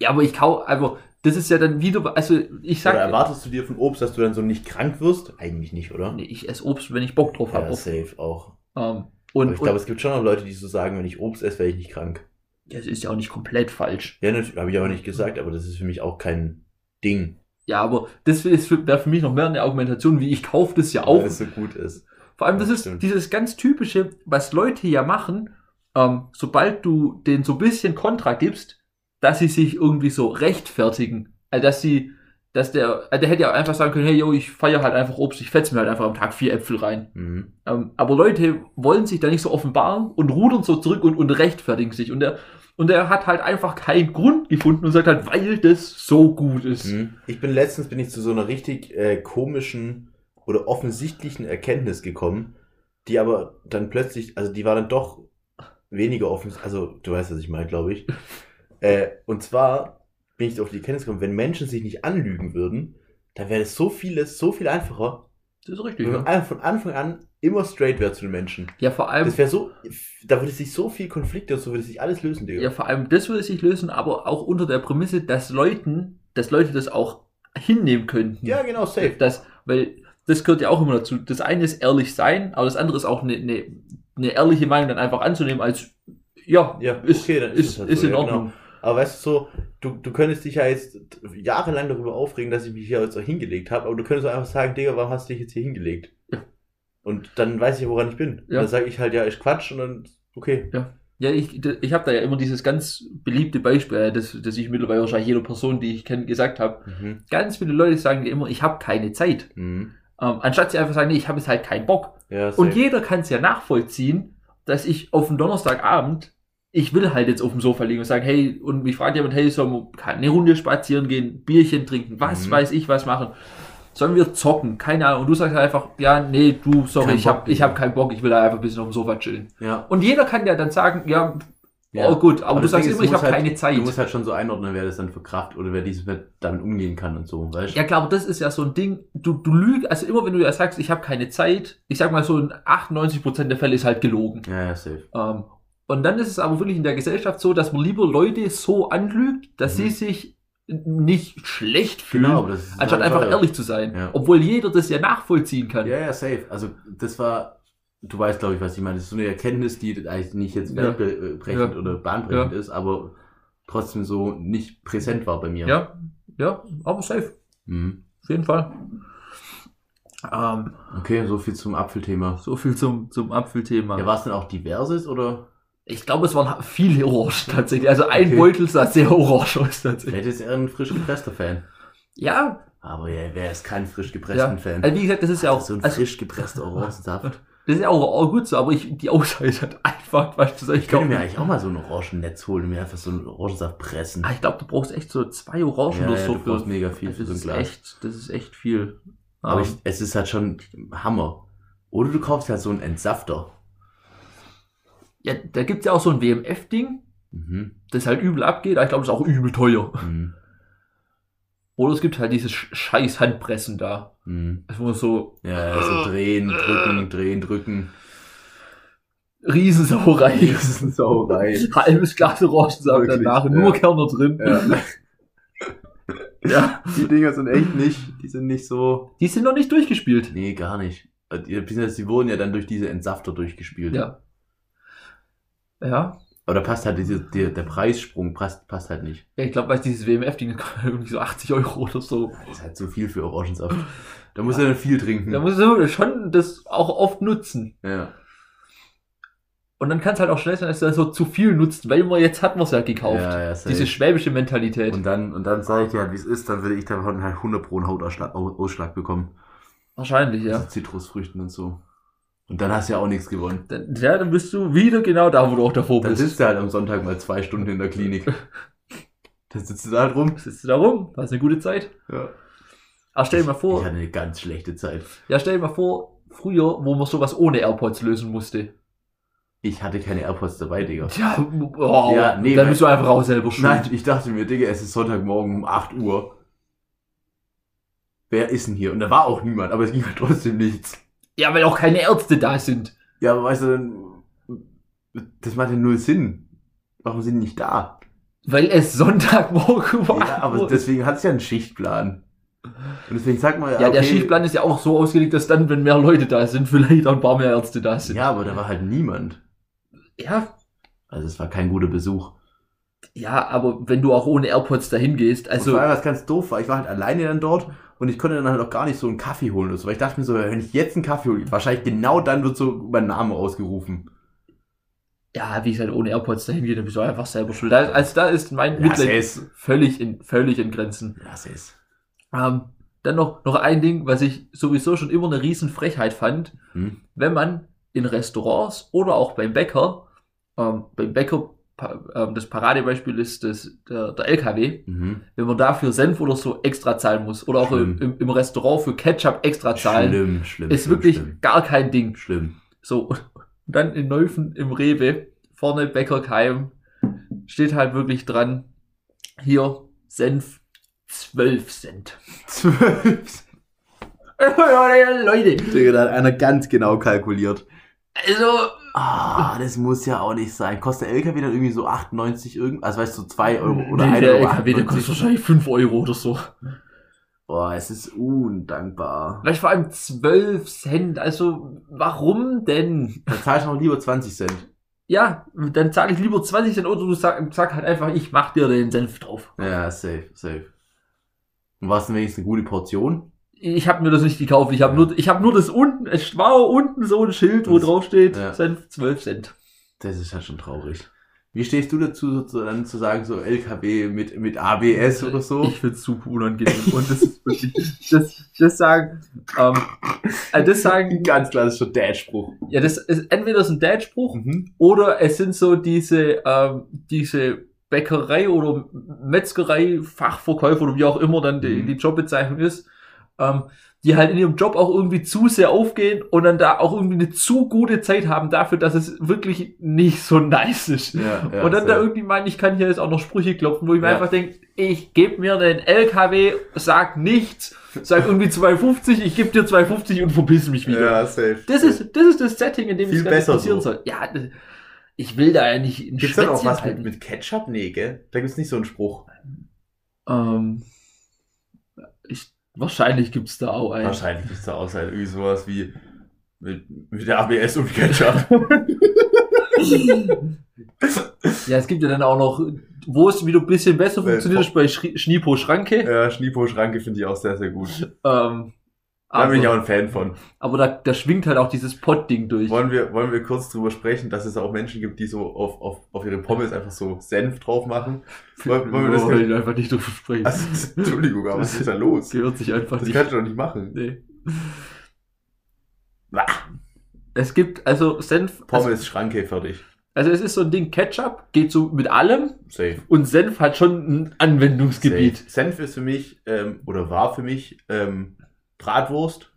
Speaker 2: Ja, aber ich kaufe, aber das ist ja dann wieder, also ich
Speaker 1: Oder
Speaker 2: sag,
Speaker 1: erwartest du dir von Obst, dass du dann so nicht krank wirst? Eigentlich nicht, oder?
Speaker 2: nee, ich esse Obst, wenn ich Bock drauf
Speaker 1: Ja,
Speaker 2: habe.
Speaker 1: safe auch.
Speaker 2: Ähm,
Speaker 1: Aber
Speaker 2: und,
Speaker 1: ich
Speaker 2: und
Speaker 1: glaube, es gibt schon noch Leute, die so sagen, wenn ich Obst esse, werde ich nicht krank.
Speaker 2: das ist ja auch nicht komplett falsch.
Speaker 1: Ja, natürlich, habe ich auch nicht gesagt, aber das ist für mich auch kein Ding,
Speaker 2: Ja, aber das wäre für mich noch mehr eine Argumentation, wie ich kaufe das ja auch.
Speaker 1: weil es so gut ist.
Speaker 2: Vor allem, das
Speaker 1: Ja,
Speaker 2: ist
Speaker 1: stimmt.
Speaker 2: dieses ganz typische, was Leute ja machen, ähm, sobald du denen so ein bisschen Kontra gibst, dass sie sich irgendwie so rechtfertigen. Also, dass sie, dass der, also der hätte ja auch einfach sagen können, hey, yo, ich feiere halt einfach Obst, ich fetz mir halt einfach am Tag vier Äpfel rein.
Speaker 1: Mhm.
Speaker 2: Ähm, aber Leute wollen sich da nicht so offenbaren und rudern so zurück und, und rechtfertigen sich. Und der, und der hat halt einfach keinen Grund gefunden und sagt halt, weil das so gut ist.
Speaker 1: Mhm. Ich bin letztens bin ich zu so einer richtig äh, komischen oder offensichtlichen Erkenntnis gekommen, die aber dann plötzlich, also die war dann doch weniger offensichtlich, also du weißt, was ich meine, glaube ich. Äh, und zwar bin ich auf die Erkenntnis gekommen, wenn Menschen sich nicht anlügen würden, dann wäre es so vieles, so viel einfacher,
Speaker 2: Das ist richtig.
Speaker 1: wenn
Speaker 2: Ja, Ähm,
Speaker 1: man einfach von Anfang an immer straight wäre zu den Menschen.
Speaker 2: ja vor allem.
Speaker 1: Das wäre so, da würde sich so viel Konflikte und so würde sich alles lösen, Digga.
Speaker 2: Ja, vor allem das würde sich lösen, aber auch unter der Prämisse, dass Leuten, dass Leute das auch hinnehmen könnten.
Speaker 1: Ja, genau, safe.
Speaker 2: Das, weil das gehört ja auch immer dazu. Das eine ist ehrlich sein, aber das andere ist auch eine, eine, eine ehrliche Meinung dann einfach anzunehmen als ja,
Speaker 1: Ja,
Speaker 2: ist,
Speaker 1: okay, dann ist
Speaker 2: ist,
Speaker 1: es halt
Speaker 2: ist
Speaker 1: so,
Speaker 2: in
Speaker 1: ja,
Speaker 2: Ordnung.
Speaker 1: Aber weißt du so, du, du könntest dich ja jetzt jahrelang darüber aufregen, dass ich mich hier jetzt auch hingelegt habe, aber du könntest auch einfach sagen, Digga, warum hast du dich jetzt hier hingelegt?
Speaker 2: Ja.
Speaker 1: Und dann weiß ich, woran ich bin.
Speaker 2: Ja.
Speaker 1: Dann sage ich halt, ja, ich quatsch und dann, okay.
Speaker 2: Ja, ich, d- ich habe da ja immer dieses ganz beliebte Beispiel, äh, das, das ich mittlerweile wahrscheinlich jeder Person, die ich kenne, gesagt habe.
Speaker 1: Mhm.
Speaker 2: Ganz viele Leute sagen mir immer, ich habe keine Zeit.
Speaker 1: Mhm.
Speaker 2: Ähm, anstatt sie einfach sagen, nee, ich habe jetzt halt keinen Bock.
Speaker 1: Ja,
Speaker 2: Und jeder kann es ja nachvollziehen, dass ich auf dem Donnerstagabend, ich will halt jetzt auf dem Sofa liegen und sagen, hey, und mich fragt jemand, hey, sollen wir eine Runde spazieren gehen, Bierchen trinken, was
Speaker 1: Mhm.
Speaker 2: weiß ich, was machen? Sollen wir zocken? Keine Ahnung. Und du sagst halt einfach, ja, nee, du, sorry,
Speaker 1: Kein
Speaker 2: ich
Speaker 1: Bock,
Speaker 2: habe ich
Speaker 1: Digga.
Speaker 2: hab keinen Bock, ich will halt einfach ein bisschen auf dem Sofa chillen.
Speaker 1: ja.
Speaker 2: Und jeder kann ja dann sagen, ja,
Speaker 1: ja.
Speaker 2: oh gut, aber, du
Speaker 1: das
Speaker 2: sagst
Speaker 1: Ding ist,
Speaker 2: immer, ich
Speaker 1: musst
Speaker 2: habe
Speaker 1: halt,
Speaker 2: keine Zeit.
Speaker 1: Du musst halt schon so einordnen, wer das dann verkraft oder wer dieses mit dann umgehen kann und so, weißt du?
Speaker 2: Ja klar, aber das ist ja so ein Ding, du, du lügst, also immer wenn du ja sagst, ich habe keine Zeit, ich sag mal so in 98% der Fälle ist halt gelogen.
Speaker 1: Ja, ja, safe.
Speaker 2: Ähm, und dann ist es aber wirklich in der Gesellschaft so, dass man lieber Leute so anlügt, dass
Speaker 1: Mhm.
Speaker 2: sie sich nicht schlecht fühlen,
Speaker 1: aber das ist
Speaker 2: anstatt
Speaker 1: halt
Speaker 2: einfach
Speaker 1: teuer.
Speaker 2: ehrlich zu sein.
Speaker 1: Ja.
Speaker 2: Obwohl jeder das ja nachvollziehen kann.
Speaker 1: Ja, ja, safe. Also das war, du weißt, glaube ich, was ich meine. Das ist so eine Erkenntnis, die eigentlich nicht jetzt
Speaker 2: Ja.
Speaker 1: weltbrechend
Speaker 2: Ja.
Speaker 1: oder bahnbrechend ist, aber trotzdem so nicht präsent war bei mir.
Speaker 2: ja, ja, aber safe,
Speaker 1: Mhm.
Speaker 2: auf jeden Fall. Ähm,
Speaker 1: Okay, so viel zum Apfelthema.
Speaker 2: so viel zum, zum Apfelthema.
Speaker 1: Ja, war es denn auch diverses oder?
Speaker 2: ich glaube, es waren viele Orangen tatsächlich. Also ein
Speaker 1: Okay.
Speaker 2: Beutel sah sehr orange aus tatsächlich.
Speaker 1: Vielleicht ist er ein frisch gepresster Fan.
Speaker 2: Ja,
Speaker 1: Aber ja, wer ist kein frisch gepressten Fan?
Speaker 2: also wie gesagt, das ist ja auch,
Speaker 1: so ein
Speaker 2: also,
Speaker 1: frisch gepresster Orangensaft.
Speaker 2: das ist ja auch, auch gut so, aber ich, die Aussage ist halt einfach, weißt du, so,
Speaker 1: Ich könnte mir eigentlich auch mal so ein Orangennetz holen und mir einfach so einen Orangensaft pressen.
Speaker 2: Ah, ich glaube, du brauchst echt so zwei Orangen
Speaker 1: Ja,
Speaker 2: oder
Speaker 1: ja,
Speaker 2: so also
Speaker 1: du brauchst mega viel
Speaker 2: das
Speaker 1: für so ein
Speaker 2: ist
Speaker 1: Glas.
Speaker 2: echt, das ist echt viel.
Speaker 1: Aber
Speaker 2: Ähm,
Speaker 1: ich, es ist halt schon Hammer. Oder du kaufst halt so einen Entsafter.
Speaker 2: ja, da gibt's ja auch so ein WMF-Ding.
Speaker 1: Mhm.
Speaker 2: das halt übel abgeht, aber ich glaube, das ist auch übel teuer.
Speaker 1: Mhm.
Speaker 2: Oder es gibt halt dieses Sch- scheiß Handpressen da.
Speaker 1: Mhm.
Speaker 2: Das muss so
Speaker 1: Ja, also drehen, drücken, drehen, drücken.
Speaker 2: Riesensauerei.
Speaker 1: Das ist eine Sauerei.
Speaker 2: Halbes Glas Orangensaft
Speaker 1: Wirklich,
Speaker 2: danach,
Speaker 1: ja.
Speaker 2: nur Kerner drin.
Speaker 1: Ja.
Speaker 2: Ja.
Speaker 1: Die Dinger sind echt nicht, die sind nicht so.
Speaker 2: Die sind noch nicht durchgespielt.
Speaker 1: Nee, gar nicht. Äh, Die, beziehungsweise die wurden ja dann durch diese Entsafter durchgespielt.
Speaker 2: Ja. Ja.
Speaker 1: Aber da passt halt diese, die, der Preissprung passt, passt halt nicht.
Speaker 2: ja ich glaube, weil dieses WMF-Ding kostet irgendwie so 80 Euro oder so.
Speaker 1: Das ist halt zu viel für Orangensaft. Da muss er dann viel trinken.
Speaker 2: Da muss man schon das auch oft nutzen.
Speaker 1: ja.
Speaker 2: Und dann kann es halt auch schnell sein, dass er so zu viel nutzt, weil man jetzt hat man es ja gekauft.
Speaker 1: Ja, ja,
Speaker 2: Diese
Speaker 1: safe.
Speaker 2: schwäbische Mentalität.
Speaker 1: und dann, und dann sage ich dir halt, wie es ist, dann würde ich davon halt 100 Pro einen Hautausschlag Au- Ausschlag bekommen.
Speaker 2: Wahrscheinlich, ja.
Speaker 1: Diese Zitrusfrüchten und so. Und dann hast du ja auch nichts gewonnen.
Speaker 2: Dann, ja, dann bist du wieder genau da, wo du auch davor
Speaker 1: Dann
Speaker 2: bist.
Speaker 1: sitzt du halt am Sonntag mal zwei Stunden in der Klinik. Dann sitzt du da halt rum.
Speaker 2: sitzt du da rum, hast eine gute Zeit.
Speaker 1: Ja.
Speaker 2: Aber stell dir mal
Speaker 1: Ich
Speaker 2: vor,
Speaker 1: hatte eine ganz schlechte Zeit.
Speaker 2: ja, stell dir mal vor, früher, wo man sowas ohne AirPods lösen musste.
Speaker 1: Ich hatte keine AirPods dabei, Digga.
Speaker 2: Tja, wow.
Speaker 1: Ja, nee,
Speaker 2: dann
Speaker 1: weil-
Speaker 2: bist du einfach auch selber schuld.
Speaker 1: Nein, ich dachte mir, Digga, es ist Sonntagmorgen um 8 Uhr. Wer ist denn hier? Und da war auch niemand, aber es ging halt trotzdem nichts.
Speaker 2: Ja, weil auch keine Ärzte da sind.
Speaker 1: Ja, aber weißt du, dann, das macht ja null Sinn. Warum sind die nicht da?
Speaker 2: Weil es Sonntagmorgen war.
Speaker 1: Ja, aber deswegen hat es ja einen Schichtplan. Und deswegen sag mal,
Speaker 2: ja, der Schichtplan ist ja auch so ausgelegt, dass dann, wenn mehr Leute da sind, vielleicht auch ein paar mehr Ärzte da sind.
Speaker 1: Ja, aber da war halt niemand.
Speaker 2: ja,
Speaker 1: Also es war kein guter Besuch.
Speaker 2: ja, aber wenn du auch ohne AirPods dahin gehst,
Speaker 1: und
Speaker 2: also
Speaker 1: vor allem, was ganz doof war, ich war halt alleine dann dort und ich konnte dann halt auch gar nicht so einen Kaffee holen oder so, weil ich dachte mir so, wenn ich jetzt einen Kaffee hole, wahrscheinlich genau dann wird so mein Name ausgerufen.
Speaker 2: ja, wie gesagt, ohne AirPods dahin gehen, dann bist du einfach selber schuld. Da, also da ist mein
Speaker 1: Ja,
Speaker 2: Mitleid
Speaker 1: es.
Speaker 2: völlig in völlig in Grenzen.
Speaker 1: Ja, es.
Speaker 2: Ähm, dann noch, noch ein Ding, was ich sowieso schon immer eine Riesenfrechheit fand,
Speaker 1: Hm?
Speaker 2: wenn man in Restaurants oder auch beim Bäcker, ähm, beim Bäcker, pa- ähm, das Paradebeispiel ist das, der, der LKW,
Speaker 1: Mhm.
Speaker 2: wenn man dafür Senf oder so extra zahlen muss oder auch im,
Speaker 1: Schlimm.
Speaker 2: im, im Restaurant für Ketchup extra zahlen,
Speaker 1: Schlimm, schlimm.
Speaker 2: ist
Speaker 1: schlimm,
Speaker 2: wirklich
Speaker 1: schlimm.
Speaker 2: gar kein Ding.
Speaker 1: schlimm.
Speaker 2: So, und dann in Neufen im Rewe, vorne Bäckerkeim, steht halt wirklich dran, hier Senf 12 Cent.
Speaker 1: Zwölf.
Speaker 2: Leute,
Speaker 1: Digga, da hat einer ganz genau kalkuliert.
Speaker 2: also,
Speaker 1: Ah, das muss ja auch nicht sein. Kostet der LKW dann irgendwie so 98 irgendwas? Also weißt du, 2 Euro oder
Speaker 2: nee,
Speaker 1: 1
Speaker 2: der
Speaker 1: Euro.
Speaker 2: LKW, der kostet
Speaker 1: 98.
Speaker 2: wahrscheinlich 5 Euro oder so.
Speaker 1: Boah, es ist undankbar.
Speaker 2: Vielleicht vor allem 12 Cent, also warum denn?
Speaker 1: Da zahlst du noch lieber 20 Cent.
Speaker 2: Ja, dann zahle ich lieber 20 Cent oder du sag, sag halt einfach, ich mach dir den Senf drauf.
Speaker 1: Ja, safe, safe. Und war es denn wenigstens eine gute Portion?
Speaker 2: Ich habe mir das nicht gekauft, ich habe nur, ich hab nur das unten, es war unten so ein Schild, wo
Speaker 1: Das-
Speaker 2: drauf steht,
Speaker 1: ja.
Speaker 2: Senf 12 Cent.
Speaker 1: Das ist halt schon traurig. Wie stehst du dazu, sozusagen zu sagen, so LKW mit, mit ABS oder so?
Speaker 2: Ich find's super unangenehm und das ist wirklich, das, das sagen, ähm, äh, das sagen,
Speaker 1: Ein ganz klassischer Dad-Spruch.
Speaker 2: ja, das ist entweder ist ein Dad-Spruch
Speaker 1: Mhm.
Speaker 2: Oder es sind so diese, ähm, diese Bäckerei oder Metzgerei, Fachverkäufer oder wie auch immer dann die,
Speaker 1: Mhm.
Speaker 2: die Jobbezeichnung ist, ähm, die halt in ihrem Job auch irgendwie zu sehr aufgehen und dann da auch irgendwie eine zu gute Zeit haben dafür, dass es wirklich nicht so nice ist.
Speaker 1: Ja, ja,
Speaker 2: und dann da
Speaker 1: safe.
Speaker 2: irgendwie meinen, ich kann hier jetzt auch noch Sprüche klopfen, wo ich mir
Speaker 1: Ja.
Speaker 2: einfach denke, ich gebe mir den LKW, sag nichts, sag irgendwie 2,50, ich gebe dir 2,50 und verpiss mich wieder.
Speaker 1: Ja, safe.
Speaker 2: Das ist, das ist das Setting, in dem
Speaker 1: Viel
Speaker 2: es ganz
Speaker 1: besser
Speaker 2: passieren
Speaker 1: so.
Speaker 2: soll. Ja, das- ich will da ja nicht in
Speaker 1: Gibt's dann auch
Speaker 2: Schwätzchen
Speaker 1: was mit,
Speaker 2: halten.
Speaker 1: mit Ketchup? Nee, gell? Da gibt's nicht so einen Spruch.
Speaker 2: Ähm, ich, wahrscheinlich gibt's da auch einen.
Speaker 1: Wahrscheinlich gibt's da außer irgendwie sowas wie mit, mit der ABS und Ketchup.
Speaker 2: ja, es gibt ja dann auch noch, wo es wieder ein bisschen besser
Speaker 1: Äh,
Speaker 2: funktioniert,
Speaker 1: Fo-
Speaker 2: ist bei Schri Schniepo Schranke.
Speaker 1: ja, Schniepo-Schranke finde ich auch sehr, sehr gut.
Speaker 2: Ähm,
Speaker 1: Da bin ich auch
Speaker 2: aber,
Speaker 1: ein Fan von.
Speaker 2: aber da, da schwingt halt auch dieses Pott-Ding durch.
Speaker 1: Wollen wir, wollen wir kurz drüber sprechen, dass es auch Menschen gibt, die so auf, auf, auf ihre Pommes einfach so Senf drauf machen? wollen- wollen wir das-
Speaker 2: Wollen wir einfach nicht drüber sprechen.
Speaker 1: Also, Entschuldigung, aber was ist da los?
Speaker 2: gehört sich einfach
Speaker 1: Das
Speaker 2: nicht.
Speaker 1: kannst du doch nicht machen.
Speaker 2: Nee.
Speaker 1: Bah.
Speaker 2: Es gibt, also Senf, also,
Speaker 1: Pommes, Schranke, fertig.
Speaker 2: also es ist so ein Ding, Ketchup geht so mit allem
Speaker 1: Safe.
Speaker 2: und Senf hat schon ein Anwendungsgebiet.
Speaker 1: Safe. Senf ist für mich, ähm, oder war für mich, ähm, Bratwurst,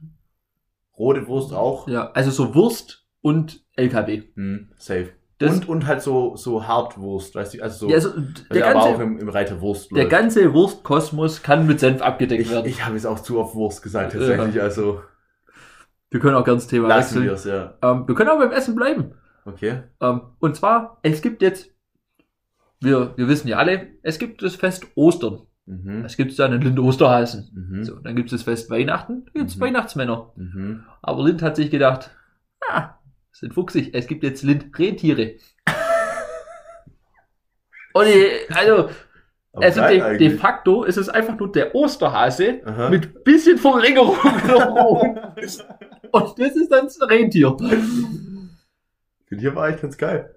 Speaker 1: rote Wurst auch.
Speaker 2: Ja, also so Wurst und LKW.
Speaker 1: Hm, safe.
Speaker 2: Das,
Speaker 1: und, und halt so, so Hartwurst, weißt du, also so,
Speaker 2: ja, also,
Speaker 1: also
Speaker 2: der,
Speaker 1: aber auch
Speaker 2: ganze,
Speaker 1: im, im Reiter Wurst.
Speaker 2: der
Speaker 1: läuft.
Speaker 2: ganze Wurstkosmos kann mit Senf abgedeckt
Speaker 1: ich
Speaker 2: werden.
Speaker 1: ich habe jetzt auch zu oft Wurst gesagt, tatsächlich, also
Speaker 2: wir können auch ganz Thema
Speaker 1: lassen
Speaker 2: wechseln.
Speaker 1: wir es, ja.
Speaker 2: Ähm, wir können auch beim Essen bleiben.
Speaker 1: Okay.
Speaker 2: Ähm, und zwar, es gibt jetzt, wir, wir wissen ja alle, es gibt das Fest Ostern.
Speaker 1: Mhm.
Speaker 2: Es gibt dann in Lind Osterhasen.
Speaker 1: Mhm.
Speaker 2: So, dann gibt es das Fest Weihnachten, dann gibt's
Speaker 1: Mhm.
Speaker 2: Weihnachtsmänner.
Speaker 1: Mhm.
Speaker 2: Aber Lind hat sich gedacht, ah, sind fuchsig, es gibt jetzt Lind Rentiere. Und äh, also,
Speaker 1: Aber
Speaker 2: also
Speaker 1: geil
Speaker 2: de, de
Speaker 1: eigentlich.
Speaker 2: facto ist es einfach nur der Osterhase
Speaker 1: Aha.
Speaker 2: mit bisschen Verlängerung drumherum. Und das ist dann ein Rentier.
Speaker 1: Den hier war ich ganz geil.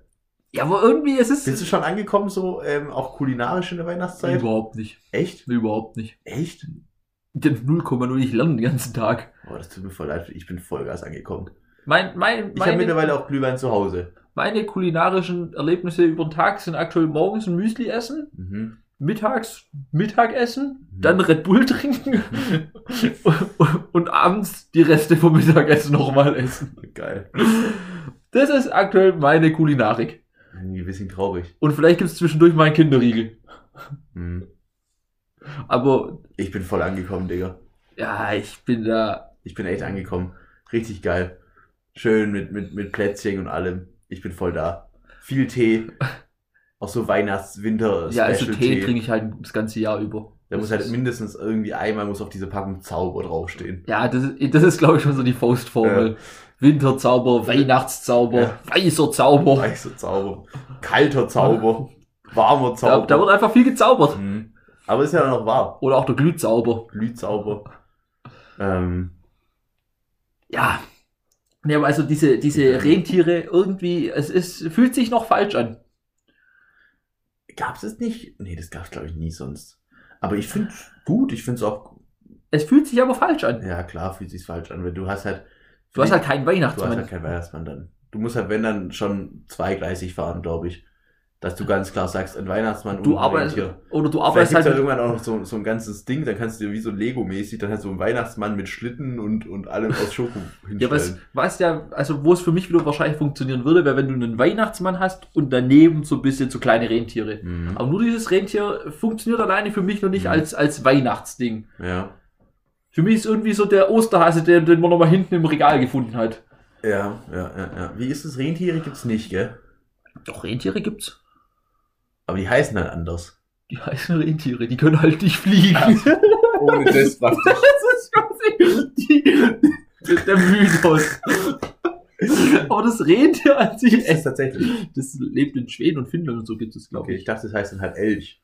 Speaker 2: Ja, aber irgendwie ist
Speaker 1: Bist du
Speaker 2: es
Speaker 1: schon angekommen, so ähm, auch kulinarisch in der Weihnachtszeit?
Speaker 2: überhaupt nicht.
Speaker 1: Echt?
Speaker 2: Überhaupt nicht.
Speaker 1: Echt?
Speaker 2: Denn 0,0, ich lerne den ganzen Tag.
Speaker 1: Boah, das tut mir voll leid, ich bin Vollgas angekommen.
Speaker 2: Mein, mein,
Speaker 1: Ich habe
Speaker 2: meine,
Speaker 1: mittlerweile auch Glühwein zu Hause.
Speaker 2: meine kulinarischen Erlebnisse über den Tag sind aktuell morgens ein Müsli essen,
Speaker 1: Mhm.
Speaker 2: mittags Mittagessen,
Speaker 1: Mhm.
Speaker 2: dann Red Bull trinken und, und abends die Reste vom Mittagessen nochmal essen.
Speaker 1: Geil.
Speaker 2: Das ist aktuell meine Kulinarik.
Speaker 1: Irgendwie ein bisschen traurig.
Speaker 2: Und vielleicht gibt's zwischendurch mal einen Kinderriegel.
Speaker 1: Mhm.
Speaker 2: Aber
Speaker 1: Ich bin voll angekommen, Digga.
Speaker 2: ja, ich bin da.
Speaker 1: Ich bin echt angekommen. Richtig geil. Schön mit, mit, mit Plätzchen und allem. Ich bin voll da. Viel Tee. Auch so Weihnachts-, Winter-,
Speaker 2: ja, also Tee
Speaker 1: Special-Tee.
Speaker 2: trinke ich halt das ganze Jahr über.
Speaker 1: Da muss
Speaker 2: Das
Speaker 1: halt
Speaker 2: ist-
Speaker 1: mindestens irgendwie einmal muss auf diese Packung Zauber draufstehen.
Speaker 2: Ja, das ist, das ist glaube ich schon so die Faustformel. Winterzauber, Weihnachtszauber,
Speaker 1: Ja.
Speaker 2: weißer Zauber.
Speaker 1: Weißer Zauber, kalter Zauber, warmer
Speaker 2: Da,
Speaker 1: Zauber.
Speaker 2: da wird einfach viel gezaubert.
Speaker 1: Mhm. Aber ist ja dann noch wahr.
Speaker 2: Oder auch der Glühzauber.
Speaker 1: Glühzauber. Ähm,
Speaker 2: Ja. Ja, aber also diese, diese Rentiere irgendwie, es ist, fühlt sich noch falsch an.
Speaker 1: gab's es nicht? Nee, das gab's glaube ich nie sonst. Aber ich finde gut. Ich finde es auch.
Speaker 2: Es fühlt sich aber falsch an.
Speaker 1: Ja klar, fühlt sich falsch an, weil du hast halt.
Speaker 2: Du hast halt keinen
Speaker 1: Du hast halt
Speaker 2: Weihnachtsmann.
Speaker 1: keinen Weihnachtsmann dann. Du musst halt, wenn dann, schon zweigleisig fahren, glaube ich. Dass du ganz klar sagst, ein Weihnachtsmann
Speaker 2: Du
Speaker 1: ein
Speaker 2: arbeitest,
Speaker 1: Rentier.
Speaker 2: oder du
Speaker 1: Aber es gibt
Speaker 2: arbeitest halt
Speaker 1: ja
Speaker 2: mit,
Speaker 1: irgendwann auch noch so, so ein ganzes Ding, dann kannst du dir wie so Lego-mäßig, dann halt so einen Weihnachtsmann mit Schlitten und, und allem aus Schoko hinstellen.
Speaker 2: ja, was, was ja, also wo es für mich wieder wahrscheinlich funktionieren würde, wäre, wenn du einen Weihnachtsmann hast und daneben so ein bisschen so kleine Rentiere.
Speaker 1: Mhm.
Speaker 2: Aber nur dieses Rentier funktioniert alleine für mich noch nicht
Speaker 1: Mhm.
Speaker 2: als, als Weihnachtsding.
Speaker 1: Ja.
Speaker 2: Für mich ist irgendwie so der Osterhase, den, den man nochmal hinten im Regal gefunden hat.
Speaker 1: Ja, ja, ja, ja. Wie ist es? Rentiere gibt's nicht, gell?
Speaker 2: Doch, Rentiere gibt's.
Speaker 1: Aber die heißen halt anders.
Speaker 2: Die heißen Rentiere, die können halt nicht fliegen.
Speaker 1: Ohne das macht
Speaker 2: Das ist quasi die, das ist der Mythos. Aber Oh, das Rentier an sich,
Speaker 1: es
Speaker 2: echt,
Speaker 1: tatsächlich.
Speaker 2: das lebt in Schweden und Finnland und so gibt es, glaube
Speaker 1: Okay,
Speaker 2: ich.
Speaker 1: ich dachte, das heißt dann halt Elch.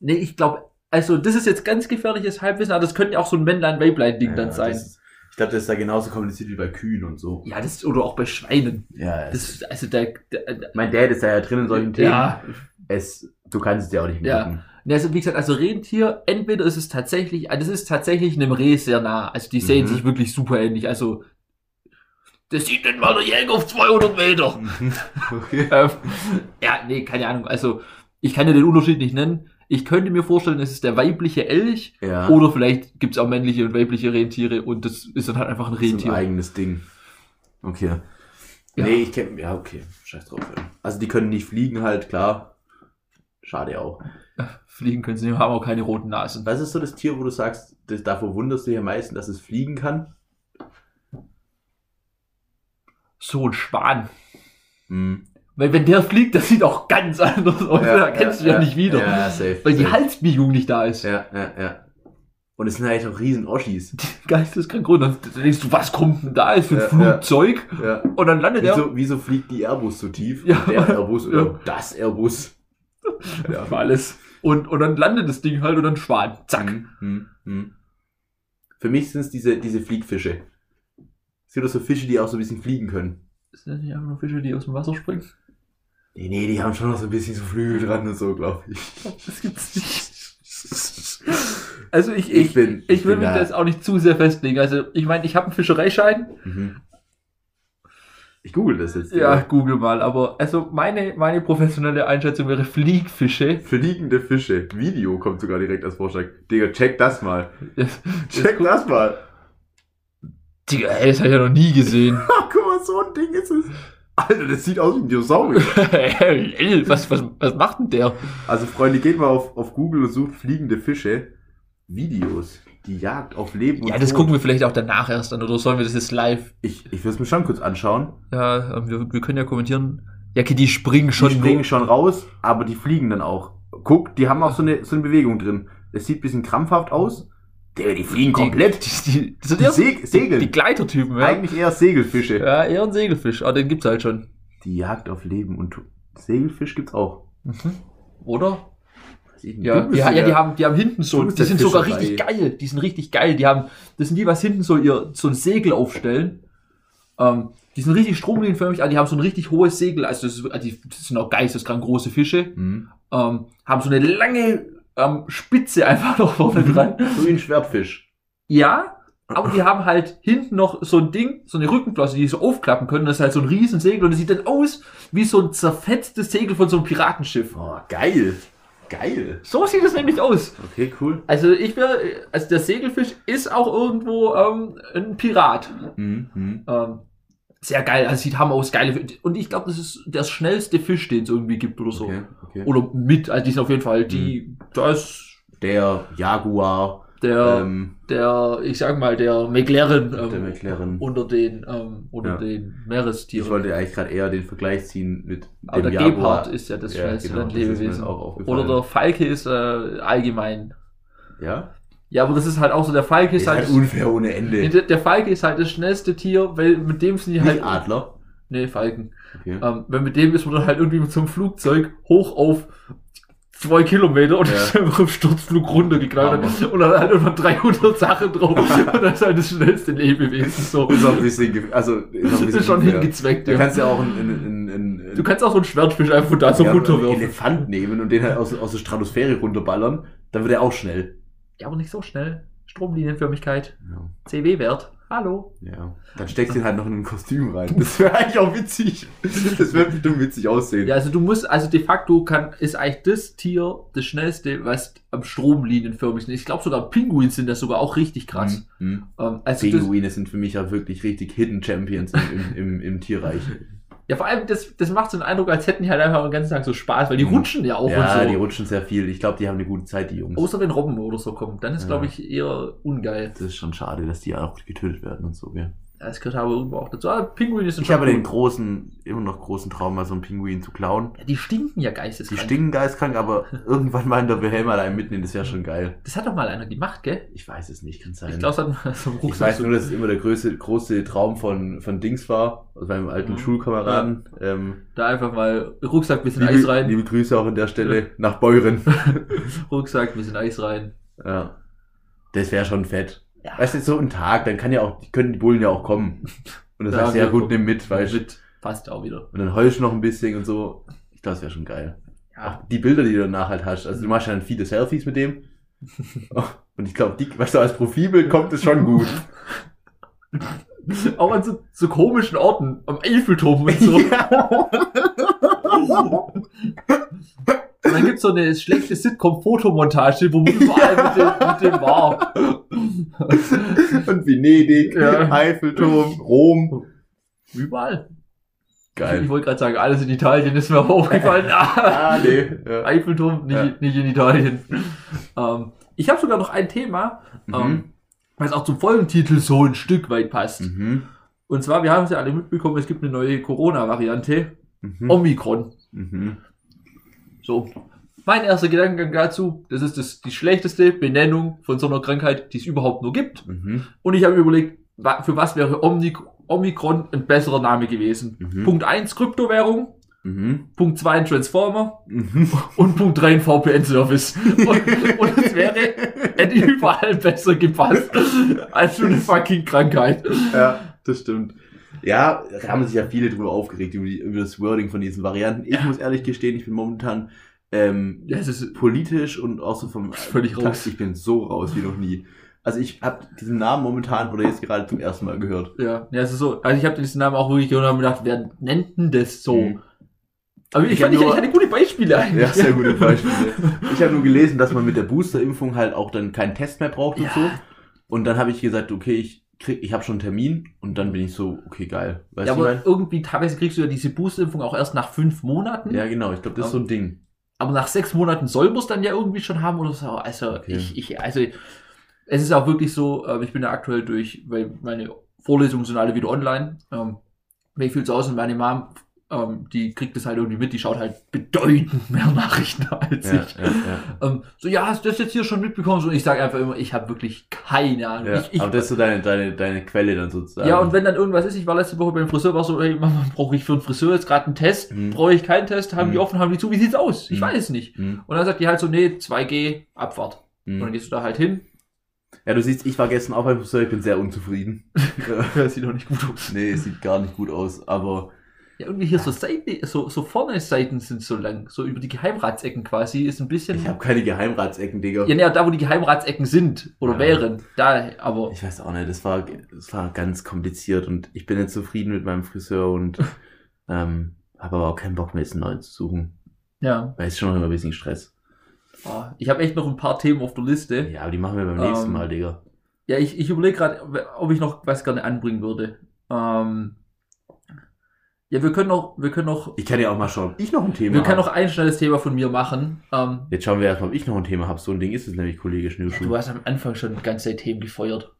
Speaker 2: Nee, ich glaube, also das ist jetzt ganz gefährliches Halbwissen, aber das könnte ja auch so ein Männlein-Weiblein-Ding
Speaker 1: Ja,
Speaker 2: dann
Speaker 1: das
Speaker 2: sein.
Speaker 1: ist- Ich glaube, das ist da genauso kompliziert wie bei Kühen und so.
Speaker 2: ja, das oder auch bei Schweinen.
Speaker 1: Ja,
Speaker 2: Das ist, also der, der
Speaker 1: mein Dad ist da ja drin in solchen Themen.
Speaker 2: Ja,
Speaker 1: Es, du kannst es dir auch nicht
Speaker 2: Ja.
Speaker 1: merken.
Speaker 2: Ja, also wie gesagt, also Rentier, entweder ist es tatsächlich, also es ist tatsächlich einem Reh sehr nah. Also die sehen
Speaker 1: Mhm.
Speaker 2: sich wirklich super ähnlich. Also das sieht denn mal der Jäger auf 200 Meter.
Speaker 1: okay.
Speaker 2: Ähm, ja, nee, keine Ahnung. Also ich kann ja den Unterschied nicht nennen. Ich könnte mir vorstellen, es ist der weibliche Elch
Speaker 1: Ja.
Speaker 2: oder vielleicht gibt's auch männliche und weibliche Rentiere und das ist dann halt einfach ein
Speaker 1: Das ist ein
Speaker 2: Rentier.
Speaker 1: eigenes Ding. Okay.
Speaker 2: Ja.
Speaker 1: Nee, ich kenne. Ja, okay. Scheiß drauf. Ja. Also die können nicht fliegen halt, klar. Schade auch.
Speaker 2: Fliegen können sie nicht, haben auch keine roten Nasen.
Speaker 1: Was ist so das Tier, wo du sagst, das, davor wunderst du dich am meisten, dass es fliegen kann?
Speaker 2: So ein Schwan.
Speaker 1: Mhm.
Speaker 2: Weil wenn der fliegt, das sieht auch ganz anders aus. da kennst du ja, nicht wieder.
Speaker 1: Ja, safe.
Speaker 2: Weil die
Speaker 1: safe.
Speaker 2: Halsbiegung nicht da ist.
Speaker 1: Ja, ja, ja. Und es sind halt auch riesen Oschis.
Speaker 2: geisteskrank Grund. Dann denkst du, was kommt denn da jetzt für ein
Speaker 1: Ja,
Speaker 2: Flugzeug?
Speaker 1: Ja.
Speaker 2: Und dann landet er.
Speaker 1: Wieso, wieso fliegt die Airbus so tief?
Speaker 2: Ja.
Speaker 1: Und Der Airbus oder
Speaker 2: Ja.
Speaker 1: das Airbus? Ja.
Speaker 2: Für alles. Und, und dann landet das Ding halt und dann Schwan. Zack.
Speaker 1: Mhm, mhm, mhm. Für mich sind es diese, diese Fliegfische. Es gibt auch so Fische, die auch so ein bisschen fliegen können.
Speaker 2: Sind das nicht einfach nur Fische, die aus dem Wasser springen?
Speaker 1: Nee, nee, die haben schon noch so ein bisschen so Flügel dran und so, glaube ich.
Speaker 2: Das gibt's nicht. Also ich,
Speaker 1: Ich
Speaker 2: ich,
Speaker 1: bin-
Speaker 2: ich
Speaker 1: ich
Speaker 2: will
Speaker 1: bin
Speaker 2: mich
Speaker 1: da-
Speaker 2: da jetzt auch nicht zu sehr festlegen. Also ich meine, ich habe einen Fischereischein.
Speaker 1: Mhm. Ich google das jetzt.
Speaker 2: Ja, google mal. Aber also meine, meine professionelle Einschätzung wäre Fliegfische.
Speaker 1: Fliegende Fische. Video kommt sogar direkt als Vorschlag. Digga, check das mal.
Speaker 2: Das-
Speaker 1: Check das mal.
Speaker 2: Digga, ey, das habe ich ja noch nie gesehen.
Speaker 1: Ah, Ach, guck mal, so ein Ding ist es. Alter, das sieht aus wie ein Dinosaurier.
Speaker 2: Ey, was, was, was macht denn der?
Speaker 1: Also Freunde, geht mal auf, auf Google und sucht fliegende Fische. Videos. Die Jagd auf Leben
Speaker 2: Ja, das
Speaker 1: Tod.
Speaker 2: gucken wir vielleicht auch danach erst an, oder sollen wir das jetzt live?
Speaker 1: Ich, ich würde es mir schon kurz anschauen.
Speaker 2: Ja, ähm, wir, wir können ja kommentieren. Ja, okay, die springen
Speaker 1: Die
Speaker 2: schon.
Speaker 1: springen schon raus, aber die fliegen dann auch. Guck, die haben auch so eine, so eine Bewegung drin. Es sieht ein bisschen krampfhaft aus. Der, die fliegen komplett.
Speaker 2: Die, die, die, das sind
Speaker 1: Die,
Speaker 2: eher
Speaker 1: Seg Segel.
Speaker 2: die Gleitertypen, ja.
Speaker 1: Eigentlich eher Segelfische.
Speaker 2: Ja, eher ein Segelfisch, aber den gibt's halt schon.
Speaker 1: Die Jagd auf Leben und Tod. Segelfisch gibt's auch.
Speaker 2: Oder?
Speaker 1: Was ist denn
Speaker 2: Ja,
Speaker 1: du
Speaker 2: die,
Speaker 1: bist
Speaker 2: ja,
Speaker 1: du
Speaker 2: die
Speaker 1: der-
Speaker 2: haben, die haben hinten so,
Speaker 1: Du bist
Speaker 2: die
Speaker 1: der
Speaker 2: sind sogar
Speaker 1: Fischerei.
Speaker 2: richtig geil. Die sind richtig geil. Die haben, das sind die, was hinten so ihr, so ein Segel aufstellen. Ähm, die sind richtig stromlinienförmig, aber die haben so ein richtig hohes Segel. Also, das, ist, also die das sind auch geisteskrank große Fische.
Speaker 1: Hm.
Speaker 2: Ähm, haben so eine lange ähm, Spitze einfach noch vorne
Speaker 1: Mhm.
Speaker 2: dran.
Speaker 1: So wie ein Schwertfisch.
Speaker 2: Ja, aber die haben halt hinten noch so ein Ding, so eine Rückenflosse, die sie so aufklappen können. Das ist halt so ein riesen Segel und es sieht dann aus wie so ein zerfetztes Segel von so einem Piratenschiff.
Speaker 1: Oh, geil. Geil.
Speaker 2: So sieht es nämlich aus.
Speaker 1: Okay, cool.
Speaker 2: Also ich wäre, also der Segelfisch ist auch irgendwo ähm, ein Pirat.
Speaker 1: Mhm. Mhm.
Speaker 2: Ähm, sehr geil, also sieht hammer aus, geile Fi- Und ich glaube, das ist der schnellste Fisch, den es irgendwie gibt oder so.
Speaker 1: Okay, Mhm. okay.
Speaker 2: Oder mit, also die sind auf jeden Fall, die, das,
Speaker 1: Der Jaguar.
Speaker 2: der,
Speaker 1: Ähm,
Speaker 2: der, ich sag mal, der McLaren, ähm,
Speaker 1: Der McLaren.
Speaker 2: unter den, ähm, unter
Speaker 1: Ja.
Speaker 2: den
Speaker 1: ich
Speaker 2: Meerestieren.
Speaker 1: wollte eigentlich gerade eher den Vergleich ziehen mit
Speaker 2: Aber der
Speaker 1: dem Jaguar.
Speaker 2: Gepard ist ja das
Speaker 1: Ja,
Speaker 2: schnellste
Speaker 1: genau, das ist mir
Speaker 2: Landlebewesen.
Speaker 1: auch aufgefallen.
Speaker 2: Oder der Falke ist äh, allgemein.
Speaker 1: ja?
Speaker 2: Ja, aber das ist halt auch so, der Falke ist,
Speaker 1: Ist
Speaker 2: halt,
Speaker 1: halt unfair ohne
Speaker 2: Nee,
Speaker 1: Ende.
Speaker 2: der, der Falke ist halt das schnellste Tier, weil mit dem sind die
Speaker 1: Nicht
Speaker 2: halt.
Speaker 1: Adler.
Speaker 2: Nee, Falken.
Speaker 1: Okay.
Speaker 2: Ähm, weil mit dem ist man dann halt irgendwie mit so einem Flugzeug hoch auf zwei Kilometer und
Speaker 1: Ja.
Speaker 2: ist einfach im Sturzflug runtergeknallt und dann halt irgendwann 300 Sachen drauf und das ist halt das schnellste Lebewesen. So.
Speaker 1: Ist auch ein bisschen, ge- also, ist auch ein
Speaker 2: Das
Speaker 1: bisschen
Speaker 2: ist schon
Speaker 1: unfair.
Speaker 2: hingezweckt,
Speaker 1: Du
Speaker 2: ja.
Speaker 1: kannst ja auch einen, einen, einen, einen, einen
Speaker 2: Du kannst auch so einen Schwertfisch einfach da so
Speaker 1: ja, einen
Speaker 2: runterwerfen.
Speaker 1: Elefant nehmen und den halt aus, aus der Stratosphäre runterballern. Dann wird er auch schnell.
Speaker 2: Ja, aber nicht so schnell. Stromlinienförmigkeit.
Speaker 1: Ja.
Speaker 2: CW-Wert. Hallo.
Speaker 1: Ja. Dann steckst du ihn halt noch in ein Kostüm rein. Das wäre eigentlich auch witzig. Das wird bestimmt witzig aussehen.
Speaker 2: Ja, also du musst, also de facto kann, ist eigentlich das Tier das schnellste, was am stromlinienförmigsten ist. Ich glaube sogar Pinguin sind das sogar auch richtig krass.
Speaker 1: Mhm.
Speaker 2: Ähm, also das,
Speaker 1: Pinguine sind für mich ja wirklich richtig Hidden Champions im, im, im, im Tierreich.
Speaker 2: ja, vor allem, das, das macht so einen Eindruck, als hätten die halt einfach den ganzen Tag so Spaß, weil die
Speaker 1: Mhm.
Speaker 2: rutschen ja auch
Speaker 1: ja,
Speaker 2: und so.
Speaker 1: die rutschen sehr viel. Ich glaube, die haben eine gute Zeit, die Jungs.
Speaker 2: Außer wenn Robben oder so kommen, dann ist,
Speaker 1: Ja.
Speaker 2: glaube ich, eher ungeil.
Speaker 1: Das ist schon schade, dass die auch getötet werden und so, gell.
Speaker 2: Ja, Das gehört aber irgendwo auch dazu. Aber Pinguin ist
Speaker 1: Ich habe den großen, immer noch großen Traum, mal so einen Pinguin zu klauen.
Speaker 2: ja, die stinken ja
Speaker 1: Die
Speaker 2: geisteskrank.
Speaker 1: stinken geistkrank, aber irgendwann mal in der Wilhelm mal einen mitnehmen, das wäre schon geil.
Speaker 2: Das hat doch mal einer gemacht, gell?
Speaker 1: Ich weiß es nicht, kann sein.
Speaker 2: Ich glaube, das hat mal so ein
Speaker 1: Ich weiß nur, dass es immer der größte, große Traum von, von Dings war, also meinem alten
Speaker 2: Mhm.
Speaker 1: Schulkameraden. Ähm,
Speaker 2: Da einfach mal Rucksack, bisschen Eis
Speaker 1: liebe,
Speaker 2: rein.
Speaker 1: liebe Grüße auch an der Stelle nach Beuren.
Speaker 2: Rucksack, bisschen Eis rein.
Speaker 1: ja. Das wäre schon fett.
Speaker 2: Ja.
Speaker 1: Weißt du, so ein Tag, dann kann ja auch, die können die Bullen ja auch kommen. Und das
Speaker 2: Ja,
Speaker 1: heißt, ja
Speaker 2: wir
Speaker 1: gut,
Speaker 2: gucken.
Speaker 1: nimm mit, weißt du.
Speaker 2: Mit. Passt auch wieder.
Speaker 1: Und dann heulst du noch ein bisschen und so. Ich glaube, das wäre schon geil.
Speaker 2: Ja.
Speaker 1: Auch die Bilder, die du danach halt hast. Also du machst ja dann viele Selfies mit dem. Und ich glaube, die, weißt du, als Profilbild kommt es schon gut.
Speaker 2: Auch an so, so komischen Orten, am Eiffelturm und so. Und dann gibt's so eine schlechte Sitcom-Fotomontage, wo man überall mit, dem, mit dem war.
Speaker 1: Und Venedig,
Speaker 2: Ja.
Speaker 1: Eiffelturm, Rom.
Speaker 2: Überall. Ich
Speaker 1: Geil.
Speaker 2: wollte gerade sagen, alles in Italien ist mir aber aufgefallen. Ah,
Speaker 1: Ah, nee. Ja.
Speaker 2: Eiffelturm, nicht,
Speaker 1: Ja.
Speaker 2: nicht in Italien. Ähm, ich habe sogar noch ein Thema,
Speaker 1: Mhm.
Speaker 2: ähm, was auch zum Folgentitel so ein Stück weit passt.
Speaker 1: Mhm.
Speaker 2: Und zwar, wir haben es ja alle mitbekommen, es gibt eine neue Corona-Variante,
Speaker 1: Mhm.
Speaker 2: Oh. Omikron.
Speaker 1: Mhm.
Speaker 2: So. Mein erster Gedankengang dazu, das ist das, die schlechteste Benennung von so einer Krankheit, die es überhaupt nur gibt.
Speaker 1: Mhm.
Speaker 2: Und ich habe überlegt, wa- für was wäre Omni Omikron ein besserer Name gewesen.
Speaker 1: Mhm.
Speaker 2: Punkt 1 Kryptowährung,
Speaker 1: Mhm.
Speaker 2: Punkt 2 ein Transformer
Speaker 1: Mhm.
Speaker 2: und Punkt 3 ein VPN-Service. Und, und es wäre hätte überall besser gepasst als so eine fucking Krankheit.
Speaker 1: Ja, das stimmt. Ja, da haben sich ja viele drüber aufgeregt, über, die, über das Wording von diesen Varianten. Ich muss ehrlich gestehen, ich bin momentan ähm,
Speaker 2: Ja, es ist,
Speaker 1: politisch und auch so vom
Speaker 2: Völlig raus.
Speaker 1: Ich bin so raus wie noch nie. Also ich habe diesen Namen momentan oder jetzt gerade zum ersten Mal gehört.
Speaker 2: ja, ja, es ist so. Also ich habe diesen Namen auch wirklich gehört und habe mir gedacht, wer nennt denn das so?
Speaker 1: Mhm.
Speaker 2: Aber ich,
Speaker 1: Ich
Speaker 2: fand,
Speaker 1: hab
Speaker 2: ich, ich
Speaker 1: nur-
Speaker 2: hatte gute Beispiele eigentlich.
Speaker 1: Ja, sehr gute Beispiele. Ich habe nur gelesen, dass man mit der Boosterimpfung halt auch dann keinen Test mehr braucht
Speaker 2: Ja.
Speaker 1: und so. Und dann habe ich gesagt, okay, ich krieg, ich habe schon einen Termin und dann bin ich so, okay, geil. Weißt
Speaker 2: ja,
Speaker 1: du,
Speaker 2: aber
Speaker 1: mein?
Speaker 2: irgendwie teilweise kriegst du ja diese Boosterimpfung auch erst nach fünf Monaten.
Speaker 1: Ja, genau, ich glaube, das ist so ein Ding.
Speaker 2: Aber nach sechs Monaten soll man es dann ja irgendwie schon haben oder so. Also
Speaker 1: Okay.
Speaker 2: ich, ich, also es ist auch wirklich so, ähm, ich bin ja aktuell durch, weil meine Vorlesungen sind alle wieder online. Ähm, mir fühlt es aus und meine Mom, ähm, die kriegt das halt irgendwie mit, die schaut halt bedeutend mehr Nachrichten als
Speaker 1: Ja,
Speaker 2: ich.
Speaker 1: ja, ja.
Speaker 2: Ähm, so, ja, hast du das jetzt hier schon mitbekommen? Und ich sage einfach immer, ich habe wirklich keine Ahnung.
Speaker 1: Ja,
Speaker 2: ich, ich,
Speaker 1: aber das ist so deine, deine, deine Quelle dann sozusagen.
Speaker 2: ja, und wenn dann irgendwas ist, ich war letzte Woche beim Friseur, war so, ey, Mama, brauche ich für einen Friseur jetzt gerade einen Test?
Speaker 1: Mhm.
Speaker 2: Brauche ich keinen Test? Haben die
Speaker 1: Mhm.
Speaker 2: offen, haben die zu? Wie sieht's aus? Ich
Speaker 1: Mhm.
Speaker 2: weiß es nicht.
Speaker 1: Hm,
Speaker 2: Und dann sagt die halt so, nee, 2G, Abfahrt. Und dann
Speaker 1: hm.
Speaker 2: gehst du da halt hin.
Speaker 1: Ja, du siehst, ich war gestern auch beim Friseur, ich bin sehr unzufrieden.
Speaker 2: Das sieht doch nicht gut aus.
Speaker 1: nee, es sieht gar nicht gut aus, aber
Speaker 2: Ja, irgendwie hier so Seiten, so, so vorne Seiten sind so lang. So über die Geheimratsecken quasi ist ein bisschen.
Speaker 1: ich habe keine Geheimratsecken, Digga.
Speaker 2: Ähm. ja, nee, da wo die Geheimratsecken sind oder
Speaker 1: Ja.
Speaker 2: wären. Da, aber.
Speaker 1: Ich weiß auch nicht, das war, das war ganz kompliziert und ich bin jetzt zufrieden mit meinem Friseur und ähm, habe aber auch keinen Bock mehr, jetzt einen neuen zu suchen.
Speaker 2: Ja.
Speaker 1: Weil es ist schon noch immer ein bisschen Stress.
Speaker 2: Ah, Ich habe echt noch ein paar Themen auf der Liste.
Speaker 1: Ja, aber die machen wir beim nächsten
Speaker 2: Ähm,
Speaker 1: Mal, Digga.
Speaker 2: Ja, ich, ich überlege gerade, ob ich noch was gerne anbringen würde. Ähm, ja, wir können noch, wir können noch,
Speaker 1: Ich kann ja auch mal schauen, ob ich noch ein Thema
Speaker 2: wir können
Speaker 1: hab.
Speaker 2: noch ein schnelles Thema von mir machen. Ähm,
Speaker 1: Jetzt schauen wir erstmal, ob ich noch ein Thema habe. So ein Ding ist es nämlich, Kollege Schnürschuh.
Speaker 2: du hast am Anfang schon ganze Themen gefeuert.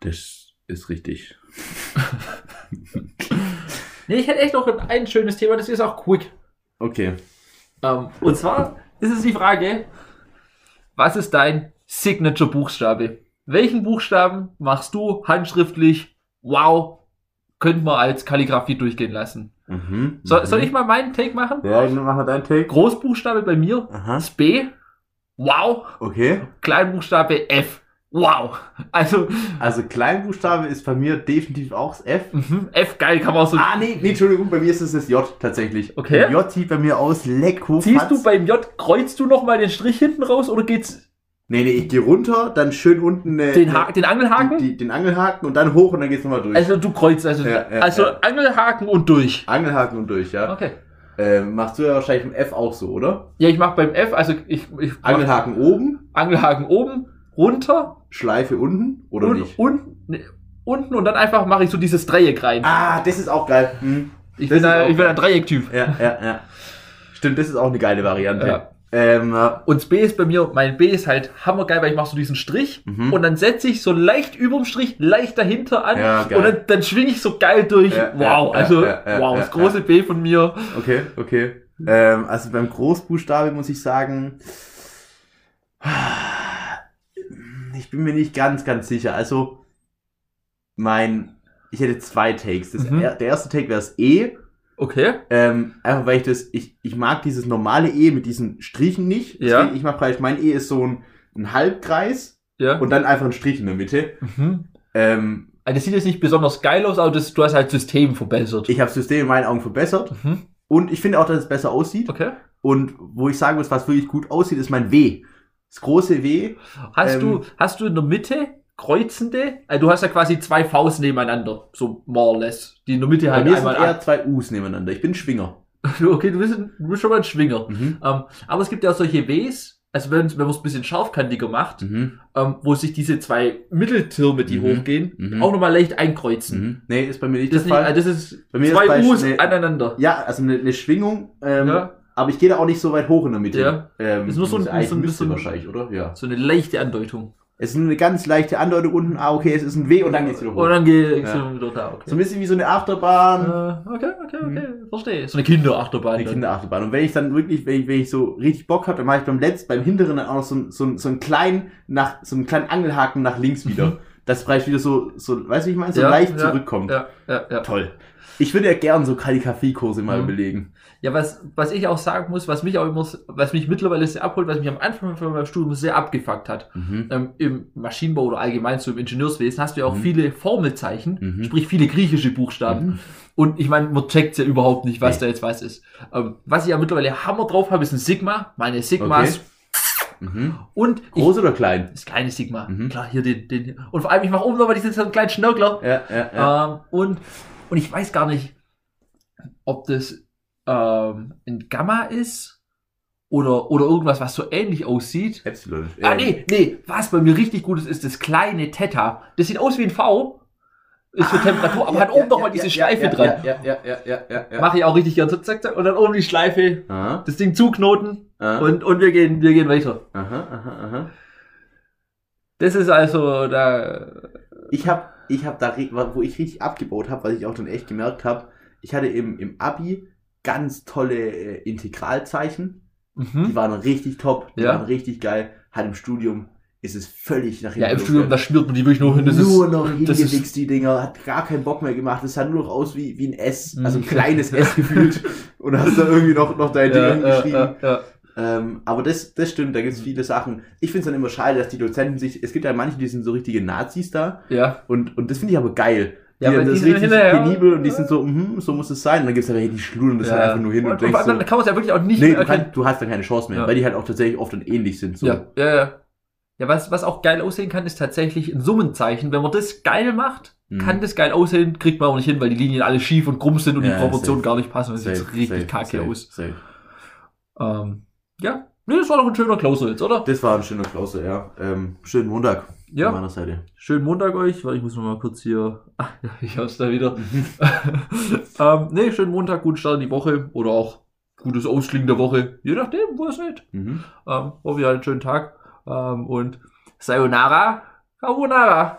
Speaker 1: das ist richtig.
Speaker 2: Nee, ich hätte echt noch ein schönes Thema, das ist auch quick.
Speaker 1: Okay.
Speaker 2: Ähm, und zwar ist es die Frage, was ist dein Signature-Buchstabe? Welchen Buchstaben machst du handschriftlich, wow, könnte man als Kalligrafie durchgehen lassen?
Speaker 1: Mhm.
Speaker 2: So,
Speaker 1: mhm.
Speaker 2: Soll ich mal meinen Take machen?
Speaker 1: Ja, ich mache deinen Take.
Speaker 2: Großbuchstabe bei mir,
Speaker 1: Aha.
Speaker 2: das B, wow,
Speaker 1: Okay.
Speaker 2: Kleinbuchstabe F, wow. Also,
Speaker 1: Also Kleinbuchstabe ist bei mir definitiv auch das F.
Speaker 2: mhm, F geil, kann man auch so...
Speaker 1: Ah, nee, nee, Entschuldigung, bei mir ist es das J tatsächlich.
Speaker 2: Okay.
Speaker 1: J sieht bei mir aus, Lecko.
Speaker 2: Ziehst du beim J, kreuzt du nochmal den Strich hinten raus oder geht's
Speaker 1: Nee, nee, ich gehe runter, dann schön unten äh,
Speaker 2: den, ha den Angelhaken?
Speaker 1: die, die, den Angelhaken und dann hoch und dann geht's nochmal durch.
Speaker 2: Also du kreuzt, also,
Speaker 1: Ja, ja,
Speaker 2: also
Speaker 1: ja.
Speaker 2: Angelhaken und durch.
Speaker 1: Angelhaken und durch, ja.
Speaker 2: Okay.
Speaker 1: Ähm, machst du ja wahrscheinlich im F auch so, oder?
Speaker 2: Ja, ich mache beim F, also ich, ich mach
Speaker 1: Angelhaken oben,
Speaker 2: Angelhaken oben, runter
Speaker 1: Schleife unten oder
Speaker 2: und,
Speaker 1: nicht?
Speaker 2: und ne, unten und dann einfach mache ich so dieses Dreieck rein.
Speaker 1: Ah, das ist auch geil. Hm.
Speaker 2: ich,
Speaker 1: das ist
Speaker 2: bin ein,
Speaker 1: auch
Speaker 2: ich bin
Speaker 1: geil.
Speaker 2: ein Dreiecktyp.
Speaker 1: Ja, ja, ja. Stimmt, das ist auch eine geile Variante.
Speaker 2: Ja.
Speaker 1: Ähm, ja.
Speaker 2: Und das B ist bei mir, mein B ist halt hammergeil, weil ich mache so diesen Strich
Speaker 1: Mhm.
Speaker 2: und dann setze ich so leicht überm Strich, leicht dahinter an
Speaker 1: Ja, geil.
Speaker 2: und dann, dann schwinge ich so geil durch.
Speaker 1: Ja,
Speaker 2: wow,
Speaker 1: ja, ja,
Speaker 2: also
Speaker 1: ja, ja,
Speaker 2: wow,
Speaker 1: ja,
Speaker 2: das große B von mir.
Speaker 1: Okay, okay. Ähm, also beim Großbuchstabe muss ich sagen, ich bin mir nicht ganz, ganz sicher. Also mein, ich hätte zwei Takes. Das,
Speaker 2: Mhm.
Speaker 1: Der erste Take wäre das E,
Speaker 2: Okay,
Speaker 1: ähm, einfach weil ich das, ich, ich mag dieses normale E mit diesen Strichen nicht.
Speaker 2: Ja.
Speaker 1: Deswegen, Ich mache praktisch, mein E ist so ein, ein Halbkreis
Speaker 2: ja.
Speaker 1: und dann einfach einen Strich in der Mitte.
Speaker 2: mhm.
Speaker 1: Ähm,
Speaker 2: Also das sieht jetzt nicht besonders geil aus, aber das, du hast halt System verbessert.
Speaker 1: ich habe das System in meinen Augen verbessert
Speaker 2: Mhm.
Speaker 1: und ich finde auch, dass es besser aussieht.
Speaker 2: Okay.
Speaker 1: Und wo ich sagen muss, was wirklich gut aussieht, ist mein W. Das große W.
Speaker 2: Hast
Speaker 1: Ähm.
Speaker 2: du hast du in der Mitte kreuzende? Also du hast ja quasi zwei Faust nebeneinander, so more or less, die in der Mitte
Speaker 1: Bei
Speaker 2: halt
Speaker 1: mir sind
Speaker 2: einmal
Speaker 1: eher
Speaker 2: ab.
Speaker 1: zwei U's nebeneinander. Ich bin Schwinger.
Speaker 2: Okay, du bist, ein, du bist schon mal ein Schwinger.
Speaker 1: Mhm.
Speaker 2: Ähm, aber es gibt ja auch solche Ws, also wenn wenn man es ein bisschen scharfkantiger macht,
Speaker 1: Mhm.
Speaker 2: ähm, wo sich diese zwei Mitteltürme, die
Speaker 1: Mhm.
Speaker 2: hochgehen,
Speaker 1: Mhm.
Speaker 2: auch nochmal leicht einkreuzen.
Speaker 1: Mhm. Nee, ist bei mir nicht
Speaker 2: Das, ist
Speaker 1: der
Speaker 2: nicht,
Speaker 1: Fall.
Speaker 2: also das ist
Speaker 1: Bei mir ist
Speaker 2: zwei
Speaker 1: bei
Speaker 2: U's
Speaker 1: schnell-
Speaker 2: aneinander.
Speaker 1: ja, also eine, eine Schwingung, ähm,
Speaker 2: Ja.
Speaker 1: aber ich gehe da auch nicht so weit hoch in der Mitte.
Speaker 2: Ja.
Speaker 1: Ähm,
Speaker 2: Ist nur so ein-
Speaker 1: muss- eigentlich
Speaker 2: so ein
Speaker 1: müsste
Speaker 2: bisschen-
Speaker 1: wahrscheinlich, oder? Ja.
Speaker 2: So eine leichte Andeutung.
Speaker 1: Es ist nur eine ganz leichte Andeutung unten, ah, okay, es ist ein W und dann geht's wieder hoch.
Speaker 2: Und dann geht's
Speaker 1: Ja.
Speaker 2: wieder da. Okay.
Speaker 1: so ein bisschen wie so eine Achterbahn.
Speaker 2: Äh, okay, okay, okay, verstehe. So eine Kinderachterbahn.
Speaker 1: Mhm. eine
Speaker 2: dann.
Speaker 1: Kinderachterbahn. Und wenn ich dann wirklich, wenn ich, wenn ich so richtig Bock habe, dann mache ich beim letzten, beim hinteren dann auch noch so, einen- so, einen- so einen kleinen nach, so einen kleinen Angelhaken nach links wieder. das vielleicht wieder so, so, weißt du, wie ich meine, so
Speaker 2: Mhm. Ja,
Speaker 1: leicht
Speaker 2: ja,
Speaker 1: zurückkommt.
Speaker 2: Ja, ja, ja.
Speaker 1: Toll. Ich würde ja gern so Kalligrafie-Kurse mal
Speaker 2: Mhm.
Speaker 1: belegen.
Speaker 2: ja was, was ich auch sagen muss, was mich auch immer, was mich mittlerweile sehr abholt, was mich am Anfang von meinem Studium sehr abgefuckt hat.
Speaker 1: Mhm.
Speaker 2: Ähm, Im Maschinenbau oder allgemein so im Ingenieurswesen hast du ja auch
Speaker 1: Mhm.
Speaker 2: viele Formelzeichen,
Speaker 1: Mhm.
Speaker 2: sprich viele griechische Buchstaben.
Speaker 1: Mhm.
Speaker 2: Und ich meine, man checkt ja überhaupt nicht, was
Speaker 1: Nee.
Speaker 2: da jetzt was ist. Ähm, was ich ja mittlerweile Hammer drauf habe, ist ein Sigma, meine Sigmas.
Speaker 1: Mhm.
Speaker 2: Und ich,
Speaker 1: Groß oder klein?
Speaker 2: das kleine Sigma.
Speaker 1: Mhm.
Speaker 2: Klar, hier den, den. Und vor allem, ich mache oben nochmal diesen so einen kleinen Schnörkler.
Speaker 1: Ja, ja, ja.
Speaker 2: Ähm, und, und ich weiß gar nicht, ob das ähm, ein Gamma ist oder, oder irgendwas, was so ähnlich aussieht.
Speaker 1: Epsilon.
Speaker 2: Ah,
Speaker 1: Ähm,
Speaker 2: nee, nee, was bei mir richtig gut ist, ist das kleine Theta. Das sieht aus wie ein V. Ist
Speaker 1: Ah,
Speaker 2: für Temperatur, aber hat oben nochmal diese Schleife dran.
Speaker 1: Ja, ja, ja, ja, ja. Ah, ja.
Speaker 2: Mache ich auch richtig gern. So, zack, zack, und dann oben die Schleife,
Speaker 1: Aha,
Speaker 2: das Ding zuknoten
Speaker 1: aha,
Speaker 2: und, und wir gehen, wir gehen weiter.
Speaker 1: ah, aha, aha, aha.
Speaker 2: Das ist also da.
Speaker 1: Ich habe ich hab da, ri- wo ich richtig abgebaut habe, was ich auch dann echt gemerkt habe, ich hatte im, im Abi ganz tolle äh, Integralzeichen. Die
Speaker 2: Mhm.
Speaker 1: waren richtig top, die
Speaker 2: Ja.
Speaker 1: waren richtig geil. Halt im Studium ist es völlig nach
Speaker 2: Ja, im
Speaker 1: hinten
Speaker 2: Studium, da schmiert man die wirklich nur hin. Das
Speaker 1: nur
Speaker 2: ist,
Speaker 1: noch
Speaker 2: das ist-
Speaker 1: hingewichst, die Dinger. Hat gar keinen Bock mehr gemacht. Es sah nur noch aus wie, wie ein S. Also ein
Speaker 2: Mhm.
Speaker 1: kleines S gefühlt. Und hast da irgendwie noch, noch deine Dinge
Speaker 2: ja, Mhm.
Speaker 1: hingeschrieben.
Speaker 2: ja, ja.
Speaker 1: Ähm, aber das, das stimmt, da gibt es viele Sachen. Ich finde es dann immer schade, dass die Dozenten sich. Es gibt ja manche, die sind so richtige Nazis da.
Speaker 2: ja.
Speaker 1: Und, und das finde ich aber geil. Die
Speaker 2: Ja,
Speaker 1: haben
Speaker 2: weil die
Speaker 1: das
Speaker 2: sind
Speaker 1: richtig
Speaker 2: hinterher-
Speaker 1: penibel und die sind so, mhm, so muss es sein. Und dann gibt es aber hier die schludern das
Speaker 2: ja.
Speaker 1: halt einfach nur hin und,
Speaker 2: und
Speaker 1: denkst
Speaker 2: vor allem,
Speaker 1: so.
Speaker 2: dann kann man es ja wirklich auch nicht
Speaker 1: Nee,
Speaker 2: mehr
Speaker 1: du,
Speaker 2: erkennen.
Speaker 1: kannst, du hast dann keine Chance mehr,
Speaker 2: Ja.
Speaker 1: weil die halt auch tatsächlich oft dann ähnlich sind. So.
Speaker 2: Ja, ja, ja. Ja, was, was auch geil aussehen kann, ist tatsächlich ein Summenzeichen. Wenn man das geil macht,
Speaker 1: Mhm.
Speaker 2: kann das geil aussehen, kriegt man aber nicht hin, weil die Linien alle schief und krumm sind und
Speaker 1: Ja,
Speaker 2: die Proportionen
Speaker 1: safe.
Speaker 2: gar nicht passen. Das sieht
Speaker 1: Safe,
Speaker 2: richtig
Speaker 1: safe,
Speaker 2: kacke
Speaker 1: safe,
Speaker 2: aus.
Speaker 1: Safe.
Speaker 2: Ähm, ja, nee, das war doch ein schöner Closer jetzt, oder?
Speaker 1: Das war ein schöner Klausel, ja. Ähm, schönen Montag von
Speaker 2: Ja,
Speaker 1: meiner Seite.
Speaker 2: schönen Montag euch. Warte, ich muss noch mal kurz hier... Ah, ich hab's da wieder.
Speaker 1: Mhm.
Speaker 2: ähm, nee, schönen Montag, guten Start in die Woche oder auch gutes Ausklingen der Woche. Je nachdem, wo es nicht.
Speaker 1: Mhm.
Speaker 2: Ähm, hoffe, ihr hattet einen schönen Tag. Ähm, und Sayonara, Carbonara.